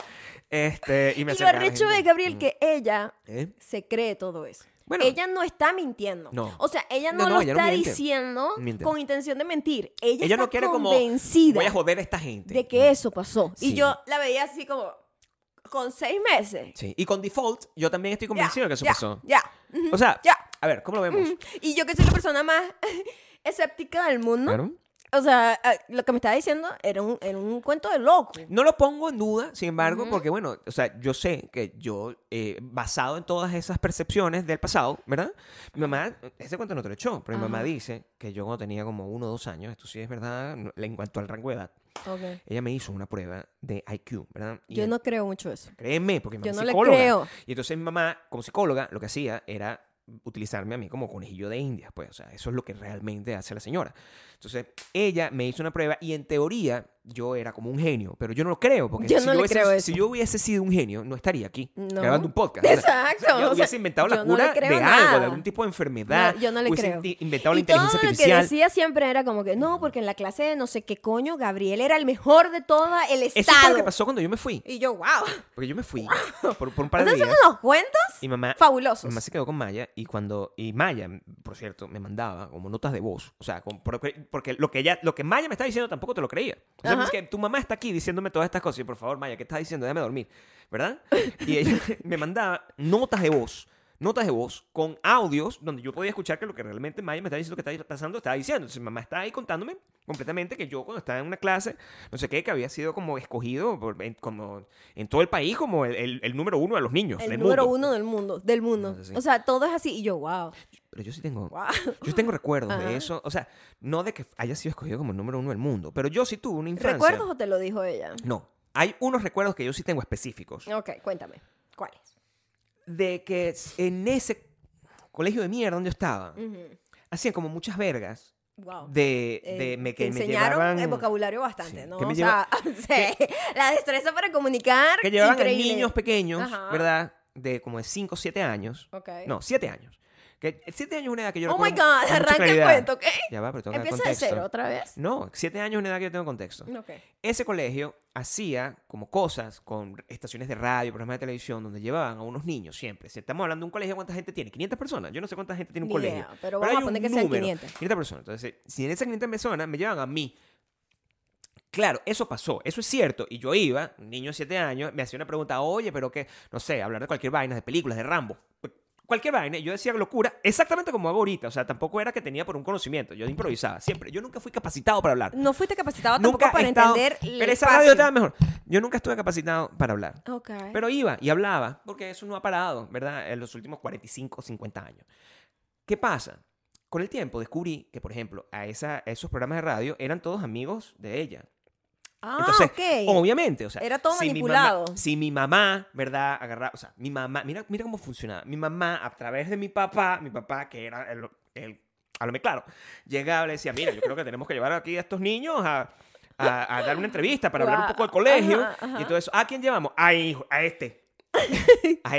B: Este,
A: Y
B: y me
A: lo
B: acercaba
A: arrecho
B: gente.
A: de Gabriel que ella
B: ¿Eh?
A: se cree todo eso.
B: Bueno.
A: ella no está mintiendo.
B: No.
A: O sea, ella no,
B: No, no,
A: lo
B: ella no
A: está
B: miente.
A: diciendo
B: Miente.
A: con intención de mentir. Ella,
B: Ella
A: está
B: no quiere como.
A: convencida
B: Voy a joder a esta gente.
A: de que eso pasó. Y
B: Sí.
A: yo la veía así como con seis meses.
B: Sí. Y con default, yo también estoy
A: Ya,
B: convencido de que eso
A: ya,
B: pasó.
A: Ya. Ujú.
B: O sea,
A: Ya.
B: a ver, ¿cómo lo vemos?
A: Y yo que soy la persona más escéptica del mundo.
B: Claro.
A: O sea, eh, lo que me estaba diciendo era un, era un cuento de loco.
B: No lo pongo en duda, sin embargo, porque bueno, o sea, yo sé que yo, eh, basado en todas esas percepciones del pasado, ¿verdad? Mi mamá, ese cuento no te lo echó, pero mi mamá
A: Ajá.
B: dice que yo cuando tenía como uno o dos años, esto sí es verdad, no- en cuanto al rango de edad, ella me hizo una prueba de IQ, ¿verdad? Y
A: Yo
B: en-
A: no creo mucho eso.
B: Créeme, porque mi mamá
A: Yo
B: es
A: no le
B: psicóloga.
A: creo.
B: Y entonces mi mamá, como psicóloga, lo que hacía era utilizarme a mí como conejillo de indias, pues, o sea, eso es lo que realmente hace la señora. Entonces, ella me hizo una prueba y en teoría yo era como un genio, pero yo no lo creo, porque
A: Yo
B: si,
A: no le
B: yo hubiese,
A: creo eso.
B: si yo hubiese sido un genio, no estaría aquí
A: No.
B: grabando un podcast. O sea,
A: Exacto.
B: o sea,
A: o
B: yo
A: sea,
B: hubiese inventado
A: yo
B: la
A: no le
B: cura de
A: creo
B: algo,
A: nada.
B: de algún tipo de enfermedad.
A: No, yo no le
B: hubiese
A: creo.
B: inti- inventado la
A: y todo
B: inteligencia
A: lo que
B: artificial.
A: decía siempre era como que no, porque en la clase de no sé qué coño, Gabriel era el mejor de todo el
B: Eso fue lo
A: estado.
B: que pasó cuando yo me fui,
A: Y yo, wow.
B: porque yo me fui por, por un par de
A: Entonces son
B: días
A: unos cuentos
B: y mamá Mi
A: fabulosos.
B: mamá se quedó con Maya y cuando y Maya, por cierto, me mandaba como notas de voz, o sea, con- porque, porque lo que ella, lo que Maya me está diciendo tampoco te lo creía. O sea,
A: Ajá.
B: es que tu mamá está aquí diciéndome todas estas cosas y por favor, Maya, ¿qué estás diciendo? Déjame dormir, ¿verdad? Y ella me mandaba notas de voz, notas de voz con audios donde yo podía escuchar que lo que realmente Maya me está diciendo que está pasando estaba diciendo. Entonces, mamá está ahí contándome completamente que yo cuando estaba en una clase, no sé qué, que había sido como escogido por- en, como en todo el país como el, el- el número uno de los niños.
A: El
B: del
A: número
B: mundo.
A: uno del mundo, del mundo.
B: No sé, sí.
A: O sea, todo es así. Y yo, wow.
B: Pero yo sí tengo.
A: wow.
B: Yo tengo recuerdos
A: Ajá.
B: de eso. O sea, no de que haya sido escogido como el número uno del mundo, pero yo sí tuve una infancia.
A: ¿Recuerdos o te lo dijo ella?
B: No. Hay unos recuerdos que yo sí tengo específicos.
A: Ok, cuéntame. ¿Cuáles?
B: De que en ese colegio de mierda donde yo estaba,
A: Ujú.
B: hacían como muchas vergas
A: Mm. Wow.
B: de, de
A: Eh,
B: me,
A: te
B: que me
A: enseñaron
B: llevaban.
A: el vocabulario bastante,
B: Sí,
A: ¿no?
B: que me
A: o sea, sí, la destreza para comunicar.
B: Que llevaban a
A: increíble.
B: niños pequeños,
A: Ajá.
B: ¿verdad? De como de 5 o 7 años.
A: Ok.
B: No, 7 años. Que 7 años es una edad que yo
A: Oh my
B: recuerdo
A: God,
B: con mucha
A: arranca el
B: claridad.
A: cuento, ¿ok?
B: Ya va, pero tengo que dar
A: Empieza de
B: contexto.
A: cero otra vez.
B: No, 7 años es una edad que yo tengo contexto.
A: Ok.
B: ese colegio hacía como cosas con estaciones de radio, programas de televisión, donde llevaban a unos niños siempre. Si estamos hablando de un colegio, ¿cuánta gente tiene? 500 personas. Yo no sé cuánta gente tiene un
A: Ni
B: colegio.
A: idea, pero vamos a
B: hay
A: poner
B: un
A: que sean
B: número,
A: 500.
B: 500 personas. Entonces, si en esas 500 personas me llevan a mí. Claro, eso pasó, eso es cierto. Y yo iba, un niño de 7 años, me hacía una pregunta, oye, pero que, no sé, hablar de cualquier vaina, de películas, de Rambo. pues, Cualquier vaina, y yo decía locura, exactamente como hago ahorita. O sea, tampoco era que tenía por un conocimiento. Yo improvisaba siempre. Yo nunca fui capacitado para hablar
A: No fuiste capacitado
B: nunca
A: tampoco para
B: he estado-
A: entender el
B: pero esa
A: espacio.
B: radio estaba mejor yo nunca estuve capacitado para hablar
A: Ok.
B: pero iba y hablaba porque eso no ha parado verdad en los últimos 45 50 años qué pasa con el tiempo descubrí que por ejemplo a, esa, a esos programas de radio eran todos amigos de ella
A: Ah,
B: Entonces,
A: ok.
B: obviamente, o sea,
A: Era todo
B: si mi
A: manipulado.
B: mamá- si mi mamá, ¿verdad? Agarraba, o sea, mi mamá, mira, mira cómo funcionaba. Mi mamá, a través de mi papá, mi papá, que era el, el háblame claro, llegaba y le decía, mira, yo creo que tenemos que llevar aquí a estos niños a, a- a dar una entrevista para hablar un
A: Guau,
B: poco del colegio.
A: ajá, ajá.
B: Y todo eso, ¿a quién llevamos? A, hijo, a este. A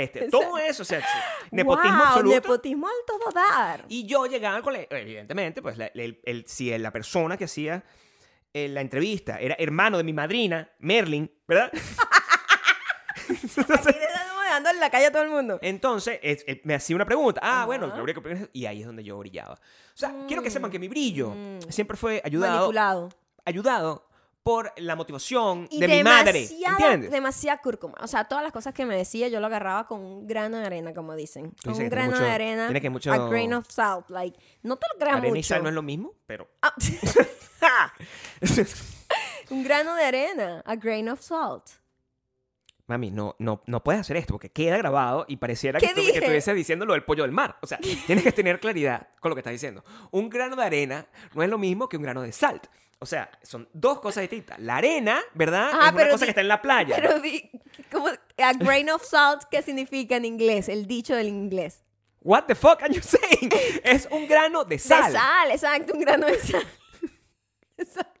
B: este. Todo eso, o sea, nepotismo
A: Wow,
B: absoluto.
A: Nepotismo al todo dar.
B: Y yo llegaba al colegio, evidentemente, pues la- el- el- si la persona que hacía eh, la entrevista era hermano de mi madrina, Merlin, ¿verdad?
A: Aquí le estamos dando en la calle a todo el mundo.
B: Entonces es- eh, me hacía una pregunta, ah, bueno,
A: Ajá. Mm.
B: Gabriel, ¿qué opinas? y ahí es donde yo brillaba. O sea, quiero que sepan que mi brillo siempre fue ayudado,
A: Manipulado.
B: ayudado por la motivación
A: Y
B: de mi madre,
A: demasiada-
B: ¿entiendes?
A: Demasiada cúrcuma. O sea, todas las cosas que me decía, yo lo agarraba con un grano de arena, como dicen.
B: Tú
A: Con
B: dices
A: un
B: que tiene
A: grano
B: mucho-
A: de arena.
B: tiene que mucho-
A: A grain of salt. Like, no te lo creas
B: Arena y
A: mucho.
B: sal no es lo mismo, pero...
A: Ah, un grano de arena. A grain of salt.
B: Mami, no, no, no puedes hacer esto porque queda grabado y pareciera que,
A: ¿Qué
B: tú- que
A: dije?
B: estuviese diciendo lo del pollo del mar. O sea, tienes que tener claridad con lo que estás diciendo. Un grano de arena no es lo mismo que un grano de salt. O sea, son dos cosas distintas. La arena, ¿verdad?
A: Ah,
B: es una
A: pero
B: cosa
A: di-
B: que está en la playa.
A: Pero di, como, a grain of salt, ¿qué significa en inglés? El dicho del inglés.
B: What the fuck are you saying? Es un grano de
A: De
B: sal.
A: sal, exacto, un grano de sal. Exacto.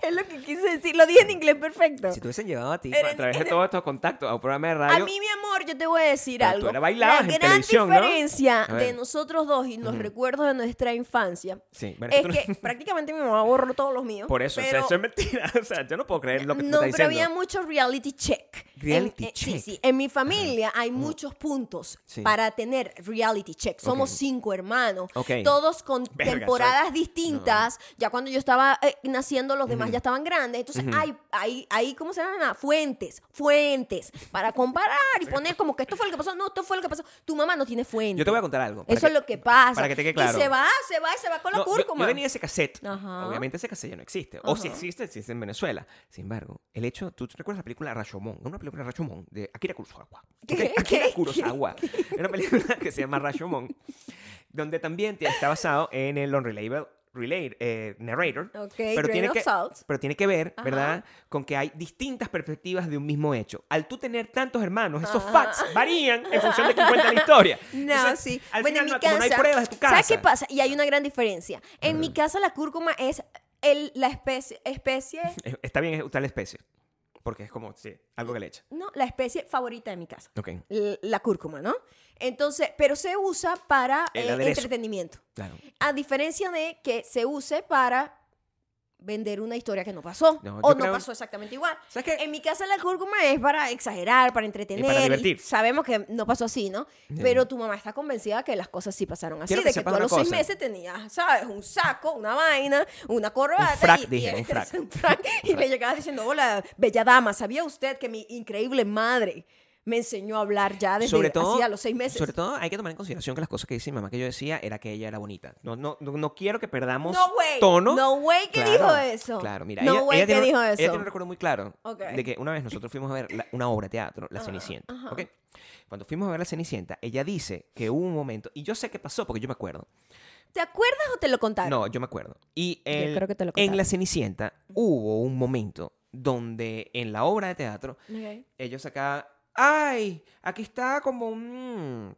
A: Es lo que quise decir. Lo dije en inglés perfecto.
B: Si te hubiesen llevado a ti
A: Eres-
B: a través de todos estos contactos a un programa de
A: A
B: radio,
A: mí, mi amor, yo te voy a decir
B: Pero tú
A: algo.
B: ahora bailabas
A: la
B: en
A: gran
B: televisión, ¿no?
A: diferencia
B: A ver.
A: de nosotros dos y los recuerdos de nuestra infancia
B: Sí, bueno,
A: es
B: tú no-
A: que prácticamente mi mamá borró todos los míos.
B: por eso, o sea,
A: pero-
B: eso es mentira. O sea, yo no puedo creer lo que tú
A: no,
B: estás
A: pero
B: diciendo.
A: había mucho reality check. En-
B: Reality
A: eh,
B: check.
A: Sí, sí. En mi familia hay muchos puntos
B: Sí.
A: para tener reality check. Somos
B: Ok.
A: cinco hermanos,
B: Ok.
A: todos con
B: Verga,
A: temporadas
B: soy-
A: distintas. Ya cuando yo estaba eh, naciendo, los demás ya estaban grandes. Entonces hay, hay, hay, ¿cómo se llama? Fuentes, fuentes para comparar y poner como que esto fue lo que pasó, no, esto fue lo que pasó. Tu mamá no tiene fuente.
B: Yo te voy a contar algo. para
A: Eso es lo que pasa.
B: para que te quede claro.
A: Y se va, se va y se va con la
B: No, yo-
A: cúrcuma.
B: Yo, tenía ese cassette.
A: Ajá.
B: Obviamente ese cassette ya no existe. O si
A: Ajá.
B: existe, existe en Venezuela. Sin embargo, el hecho... ¿Tú te recuerdas la película Rashomon? Era una película Rashomon de Akira Kurosawa.
A: ¿Qué?
B: ¿ok?
A: ¿Qué?
B: Akira
A: ¿Qué?
B: Kurosawa. Era una película que se llama Rashomon, donde también te- está basado en el Unreliable relate- eh, Narrator.
A: Ok,
B: pero,
A: grain
B: tiene
A: of
B: que,
A: salt.
B: pero tiene que ver,
A: Ajá.
B: ¿verdad? Con que hay distintas perspectivas de un mismo hecho. Al tú tener tantos hermanos, esos
A: Ah.
B: facts varían en función de quién cuenta la historia.
A: No,
B: Entonces,
A: sí.
B: Al
A: Bueno,
B: final,
A: en mi
B: no,
A: casa,
B: como no hay pruebas, es tu casa.
A: ¿Sabes qué pasa? Y hay una gran diferencia. En mi casa la cúrcuma es el- la especie, especie,
B: Eh, Está bien usar la especie. Porque es como, sí, algo que le echa.
A: no, la especie favorita de mi casa.
B: Ok.
A: L- La cúrcuma, ¿no? Entonces, pero se usa para
B: El
A: eh,
B: aderezo.
A: entretenimiento.
B: Claro.
A: A diferencia de que se use para vender una historia que no pasó
B: No, yo
A: o no
B: creo-
A: pasó exactamente igual.
B: ¿Sabes qué?
A: En mi casa la cúrcuma es para exagerar, para entretener.
B: divertir.
A: sabemos que no pasó así, ¿no? Pero tu mamá está convencida que las cosas sí pasaron así.
B: Quiero que
A: de que tú
B: sepas
A: a
B: una
A: los seis
B: cosa.
A: meses tenías, ¿sabes? Un saco, una vaina, una corbata.
B: Un frac,
A: y,
B: dije,
A: y-
B: un frac.
A: frac, y le llegabas diciendo, hola, bella dama, ¿sabía usted que mi increíble madre me enseñó a hablar ya desde
B: sobre todo,
A: hacía los seis meses?
B: Sobre todo, hay que tomar en consideración que las cosas que dice mi mamá que yo decía era que ella era bonita. No, no, no, no quiero que perdamos
A: No way.
B: tono.
A: No way que dijo eso.
B: Claro, mira.
A: No
B: ella,
A: way
B: ella
A: que
B: tiene,
A: dijo
B: un-
A: eso.
B: Ella tiene un recuerdo muy claro
A: Ok.
B: de que una vez nosotros fuimos a ver la- una obra de teatro, La Cenicienta.
A: ajá.
B: ¿ok? Cuando fuimos a ver La Cenicienta, ella dice que hubo un momento, y yo sé qué pasó porque yo me acuerdo.
A: ¿Te acuerdas o te lo contaron?
B: No, yo me acuerdo. Y el-
A: creo que te lo
B: en
A: contaron.
B: La Cenicienta hubo un momento donde en la obra de teatro
A: Ok.
B: ellos acá, ay, aquí está como un,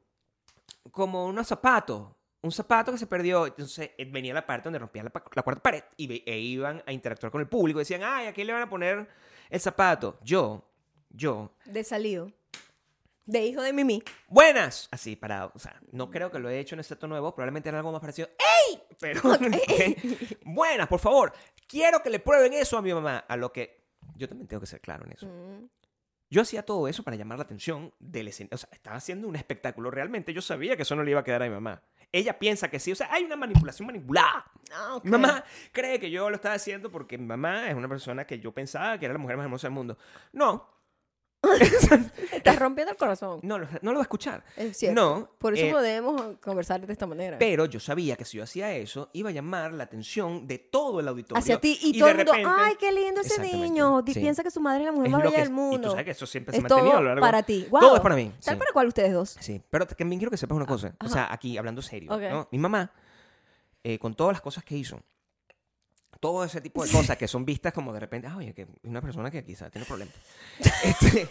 B: como unos zapatos, un zapato que se perdió. Entonces eh, venía la parte donde rompían la, pa- la cuarta pared y ve- e iban a interactuar con el público. Decían, ay, aquí le van a poner el zapato. Yo, yo,
A: De salido. De hijo de Mimi.
B: buenas, así parado. O sea, no creo que lo he hecho en ese tono de voz, probablemente era algo más parecido. ¡Ey! Pero, ok. buenas, por favor, quiero que le prueben eso a mi mamá. A lo que yo también tengo que ser claro en eso.
A: Mm.
B: Yo hacía todo eso para llamar la atención del escenario. O sea, estaba haciendo un espectáculo. Realmente yo sabía que eso no le iba a quedar a mi mamá. Ella piensa que sí. O sea, hay una manipulación manipulada.
A: Ah, ok.
B: Mi mamá cree que yo lo estaba haciendo porque mi mamá es una persona que yo pensaba que era la mujer más hermosa del mundo. No,
A: Te Estás rompiendo el corazón.
B: no, lo- no lo va a escuchar.
A: Es cierto.
B: No.
A: Por eso
B: eh,
A: podemos conversar de esta manera.
B: Pero yo sabía que si yo hacía eso, iba a llamar la atención de todo el auditorio.
A: Hacia ti y,
B: de
A: todo el mundo,
B: repente-
A: ay, qué lindo ese
B: Exactamente,
A: niño. Di-
B: sí.
A: Piensa que su madre es la
B: Es
A: mujer más
B: lo
A: bella
B: que-
A: del mundo.
B: Y tú sabes que eso siempre se ha
A: es
B: mantenido
A: todo
B: a lo largo-
A: para ti. Guau.
B: Todo es para mí.
A: Tal
B: sí.
A: para cual ustedes dos.
B: Sí, pero también quiero que sepas una cosa. O sea, aquí hablando serio.
A: Ah, ok.
B: ¿no? Mi mamá, eh, con todas las cosas que hizo, Todo ese tipo de cosas que son vistas como de repente, ah, oye, que una persona que quizás tiene problemas. Este,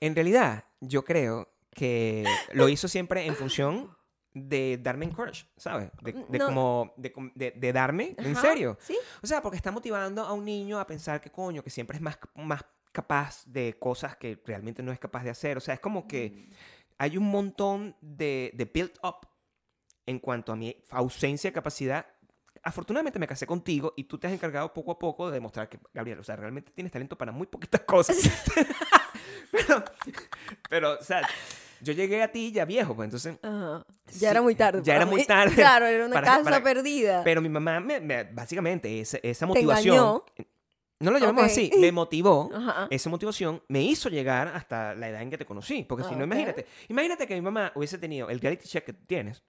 B: en realidad, yo creo que lo hizo siempre en función de darme encourage, ¿sabes? De, de
A: No.
B: como, de, com- de- de darme, en
A: Ajá,
B: serio.
A: Sí.
B: O sea, porque está motivando a un niño a pensar que coño, que siempre es más, más capaz de cosas que realmente no es capaz de hacer. O sea, es como que
A: Mm.
B: hay un montón de, de build up en cuanto a mi ausencia de capacidad. Afortunadamente me casé contigo y tú te has encargado poco a poco de demostrar que, Gabriel, o sea, realmente tienes talento para muy poquitas cosas. pero, pero, o sea, yo llegué a ti ya viejo, pues entonces
A: Ajá. Ya
B: Sí,
A: era muy tarde.
B: ya era
A: para
B: muy
A: mí.
B: tarde
A: Claro, era una
B: para-
A: casa
B: para-
A: perdida.
B: Pero mi mamá, me- me- básicamente, esa,
A: Te
B: esa motivación. No lo llamamos
A: Ok.
B: así, me motivó.
A: Ajá.
B: Esa motivación me hizo llegar hasta la edad en que te conocí. Porque si no,
A: Ah, Ok.
B: imagínate. Imagínate que mi mamá hubiese tenido el reality check que tú tienes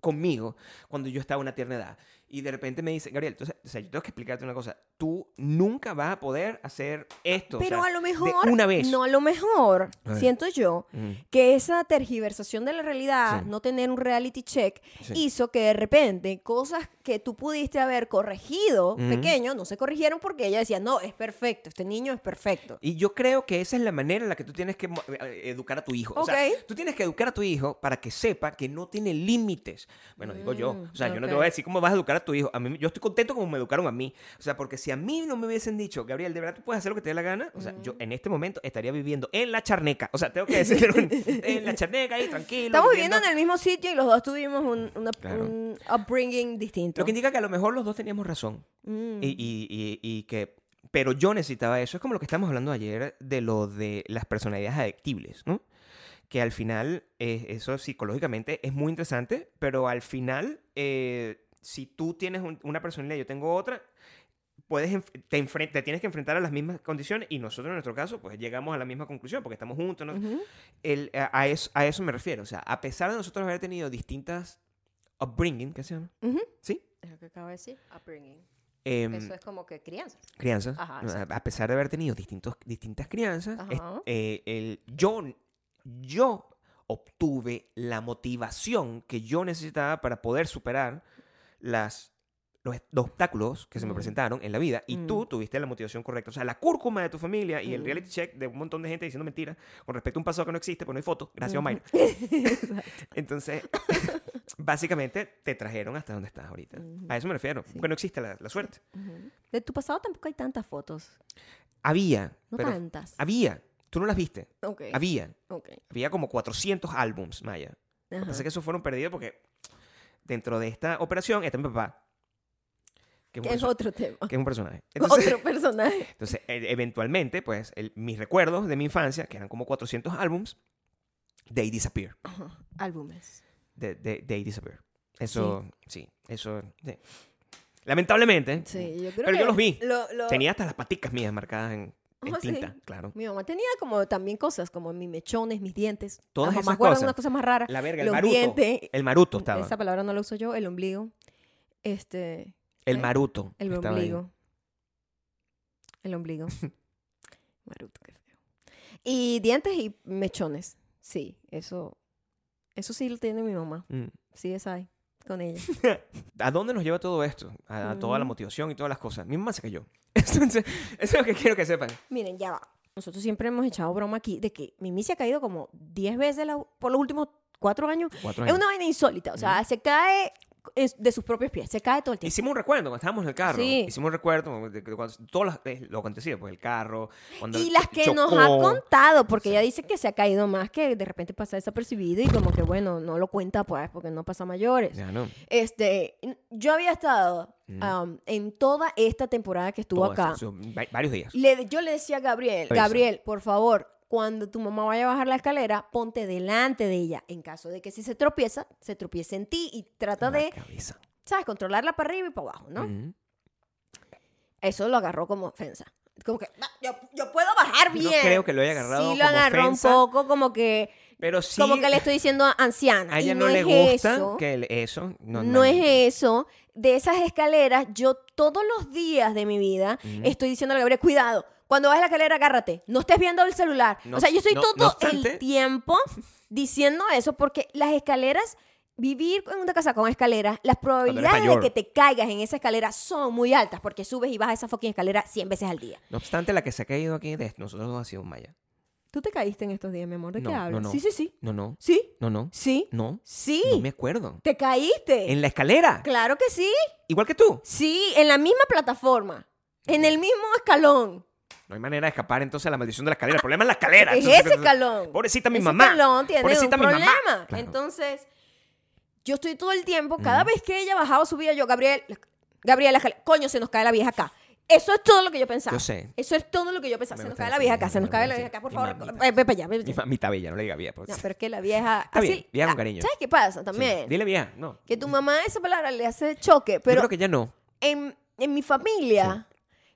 B: conmigo cuando yo estaba a una tierna edad. Y de repente me dice, Gabriel, entonces, o sea, yo tengo que explicarte una cosa. Tú nunca vas a poder hacer esto. o
A: Pero
B: sea,
A: a lo mejor,
B: De una vez.
A: no a lo mejor,
B: A ver.
A: siento yo,
B: Mm,
A: que esa tergiversación de la realidad,
B: Sí.
A: no tener un reality check,
B: Sí.
A: hizo que de repente cosas que tú pudiste haber corregido
B: Ujú.
A: pequeño, no se corrigieron porque ella decía, no, es perfecto, este niño es perfecto.
B: Y yo creo que esa es la manera en la que tú tienes que mo- eh, educar a tu hijo. O sea,
A: Ok.
B: tú tienes que educar a tu hijo para que sepa que no tiene límites. Bueno, digo yo.
A: Mm,
B: O sea, yo no te
A: ok.
B: voy a decir cómo vas a educar a tu hijo. A mí, yo estoy contento como me educaron a mí. O sea, porque si a mí no me hubiesen dicho, Gabriel, de verdad tú puedes hacer lo que te dé la gana, o sea,
A: Mm.
B: yo en este momento estaría viviendo en la charneca. O sea, tengo que decirlo en la charneca ahí, tranquilo.
A: Estamos viviendo en el mismo sitio y los dos tuvimos un, una-
B: Claro.
A: un upbringing distinto.
B: Lo que indica que a lo mejor los dos teníamos razón.
A: Mm.
B: Y, y- y- y que... Pero yo necesitaba eso. Es como lo que estábamos hablando ayer de lo de las personalidades adictibles, ¿no? Que al final, eh, eso psicológicamente es muy interesante, pero al final, eh, si tú tienes un- una personalidad y yo tengo otra, puedes enf- te, enfren- te tienes que enfrentar a las mismas condiciones y nosotros en nuestro caso, pues llegamos a la misma conclusión porque estamos juntos. ¿no?
A: Ujú.
B: El- a, a eso, a eso me refiero. O sea, a pesar de nosotros haber tenido distintas upbringing, ¿qué se llama?
A: Ujú.
B: ¿Sí?
A: Es lo que acabo de decir, upbringing.
B: Em,
A: Eso es como que crianza.
B: crianza.
A: Ajá,
B: ¿no?
A: exacto.
B: a pesar de haber tenido distintos, distintas crianzas, es-
A: Ajá.
B: eh, el, yo, yo obtuve la motivación que yo necesitaba para poder superar las, los, est- los obstáculos que se me
A: Mm.
B: presentaron en la vida. Y
A: Mm.
B: tú tuviste la motivación correcta. O sea, la cúrcuma de tu familia y el
A: Mm.
B: reality check de un montón de gente diciendo mentiras con respecto a un pasado que no existe, porque no hay fotos. Gracias,
A: Ujú.
B: Omaira. Entonces, básicamente te trajeron hasta donde estás ahorita.
A: Ujú.
B: A eso me refiero.
A: Sí.
B: Porque no existe la, la suerte.
A: Ujú. De tu pasado tampoco hay tantas fotos.
B: Había.
A: No
B: pero
A: tantas.
B: Había. Tú no las viste.
A: Ok.
B: Había.
A: ok.
B: Había como 400 álbums, Maya. Lo que
A: Eh. Ajá.
B: pasa es que esos fueron perdidos porque dentro de esta operación está mi papá. Que es un,
A: Que es
B: perso-
A: otro tema.
B: que es un personaje. Entonces,
A: otro personaje.
B: entonces, e- eventualmente, pues, el- mis recuerdos de mi infancia, que eran como 400 álbums, they disappear.
A: Álbumes.
B: De- de- they disappear. Eso, sí. Eso, sí. Lamentablemente,
A: Sí, yo creo
B: Pero
A: que
B: yo los vi.
A: lo- lo-
B: tenía hasta las paticas mías marcadas en, en
A: Ah, sí.
B: tinta, claro.
A: Mi mamá tenía como también cosas, como mis mechones, mis dientes.
B: Todas
A: Las mamás
B: esas
A: guardan
B: cosas.
A: unas cosas más raras.
B: La verga, el
A: los
B: maruto.
A: dientes.
B: El maruto estaba.
A: Esa palabra no la uso yo, el ombligo. Este,
B: El
A: ¿eh?
B: maruto.
A: el
B: estaba ahí.
A: ombligo. El ombligo. Maruto, qué feo. Y dientes y mechones. Sí, eso, eso sí lo tiene mi mamá.
B: Mm.
A: Sí, es ahí, con ella.
B: ¿A dónde nos lleva todo esto? A, a toda la
A: Ujú.
B: motivación y todas las cosas. Mi mamá se cayó. Entonces, eso es lo que quiero que sepan.
A: Miren, ya va. Nosotros siempre hemos echado broma aquí de que Mimi se ha caído como 10 veces la- por los últimos cuatro años.
B: Cuatro
A: Es
B: años.
A: una vaina insólita. O sea, se cae es- de sus propios pies. Se cae todo el tiempo.
B: Hicimos un recuerdo cuando estábamos en el carro.
A: Sí.
B: Hicimos un recuerdo de, de cuando- todas las, de lo acontecido, pues el carro. Cuando
A: Y las que nos
B: chocó.
A: ha contado, porque ella dice que se ha caído más, que de repente pasa desapercibido y como que bueno, no lo cuenta pues porque no pasa a mayores.
B: Ya, no.
A: Este, yo había estado
B: Mm.
A: am, en toda esta temporada que estuvo
B: Todo
A: acá.
B: eso, son va- varios días.
A: Le- yo le decía a Gabriel,
B: Avisa.
A: Gabriel, por favor, cuando tu mamá vaya a bajar la escalera, ponte delante de ella. En caso de que si se tropieza, se tropiece en ti y trata
B: La
A: de,
B: cabeza.
A: ¿sabes? Controlarla para arriba y para abajo, ¿no?
B: Ujú.
A: Eso lo agarró como ofensa. Como que, "Va, yo, yo puedo bajar
B: No
A: bien.
B: creo que lo haya agarrado
A: Sí, lo
B: como
A: agarró
B: ofensa.
A: un poco como que,
B: Pero sí,
A: como que le estoy diciendo anciana.
B: a ella
A: y
B: no, le
A: es
B: gusta
A: eso.
B: que el- eso.
A: No,
B: No,
A: es eso. De esas escaleras, yo todos los días de mi vida estoy diciéndole a Gabriel, cuidado, cuando bajes la escalera, agárrate. No estés viendo el celular.
B: No-
A: o sea, yo estoy
B: no-
A: todo
B: no obstante-
A: el tiempo diciendo eso porque las escaleras vivir en una casa con escalera, las probabilidades de
B: mayor.
A: que te caigas en esa escalera son muy altas porque subes y bajas esa fucking escalera 100 veces al día.
B: No obstante, la que se ha caído aquí de nosotros dos ha sido Maya.
A: ¿Tú te caíste en estos días, mi amor? ¿De
B: No,
A: qué
B: no,
A: hablas?
B: no.
A: Sí, sí, sí.
B: No, no,
A: Sí,
B: no, no,
A: sí,
B: no.
A: sí.
B: No me acuerdo.
A: ¿Te caíste?
B: En la escalera.
A: Claro que sí.
B: Igual que tú.
A: Sí, en la misma plataforma. En el mismo escalón.
B: No hay manera de escapar entonces de la maldición de la escalera. El problema es la escalera.
A: Es
B: Entonces,
A: ese escalón.
B: Pobrecita mi
A: Ese
B: mamá.
A: escalón tiene
B: Pobrecita
A: un
B: mi
A: problema.
B: mamá. Claro. Mm.
A: Entonces, yo estoy todo el tiempo, cada vez que ella bajaba o subía, yo, Gabriel, la- Gabriel, la escalera- coño, se nos cae la vieja acá. Eso es todo lo que yo pensaba.
B: Yo sé.
A: Eso es todo lo que yo pensaba.
B: Me
A: Se nos
B: gusta
A: cae la
B: decir,
A: vieja acá, se
B: me
A: nos cae
B: gusta
A: la vieja
B: decir,
A: acá, por
B: mi
A: favor.
B: mamita.
A: Ve, ve para allá, ve
B: Mi
A: para allá.
B: mamita bella, no le diga vieja. pues. Porque...
A: No, pero es que la vieja.
B: Está
A: así-
B: bien, vieja con
A: ah,
B: cariño.
A: ¿Sabes qué pasa
B: Sí.
A: también?
B: Dile vieja, no.
A: Que tu mamá esa palabra le hace choque,
B: Pero... Yo
A: pero
B: creo que ya no.
A: en, en mi familia,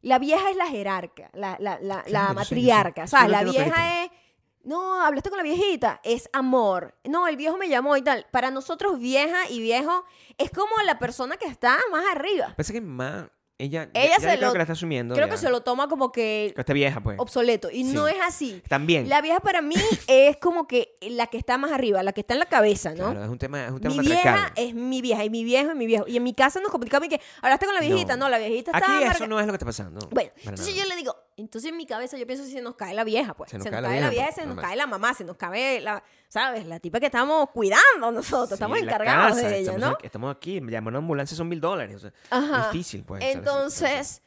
A: la vieja es la jerarca, la, la, la,
B: Claro,
A: la
B: yo sé, yo
A: matriarca.
B: sé.
A: O sea,
B: Eso lo
A: la
B: tengo
A: vieja
B: clarito.
A: es. No, hablaste con la viejita, es amor. No, el viejo me llamó y tal. Para nosotros, vieja y viejo es como la persona que está más arriba.
B: Parece que mi mamá, ella,
A: Ella
B: ya- ya
A: se
B: yo
A: lo-
B: creo que la está asumiendo.
A: Creo
B: ya.
A: que se lo toma como que
B: Que está vieja, pues.
A: obsoleto. Y
B: Sí.
A: no es así.
B: También.
A: La vieja para mí es como que la que está más arriba, la que está en la cabeza, ¿no?
B: Claro, es un tema, es un tema
A: Mi vieja
B: matriarcal.
A: es mi vieja y mi viejo es mi viejo. Y en mi casa nos complicamos y que hablaste con la viejita. No, la viejita está
B: Aquí
A: amarga-
B: eso no es lo que está pasando.
A: Bueno,
B: Para
A: entonces
B: nada.
A: yo le digo, entonces en mi cabeza yo pienso si se nos cae la vieja, pues. Se nos, cae, la vieja, se nos
B: normal.
A: cae la mamá, se nos cae la, ¿sabes? La tipa que estamos cuidando nosotros,
B: Sí,
A: estamos
B: la
A: encargados
B: casa,
A: de ella,
B: estamos
A: ¿no?
B: aquí- estamos aquí, me llamó una ambulancia, son mil dólares. o sea,
A: Ajá.
B: Difícil, pues. ¿sabes?
A: Entonces,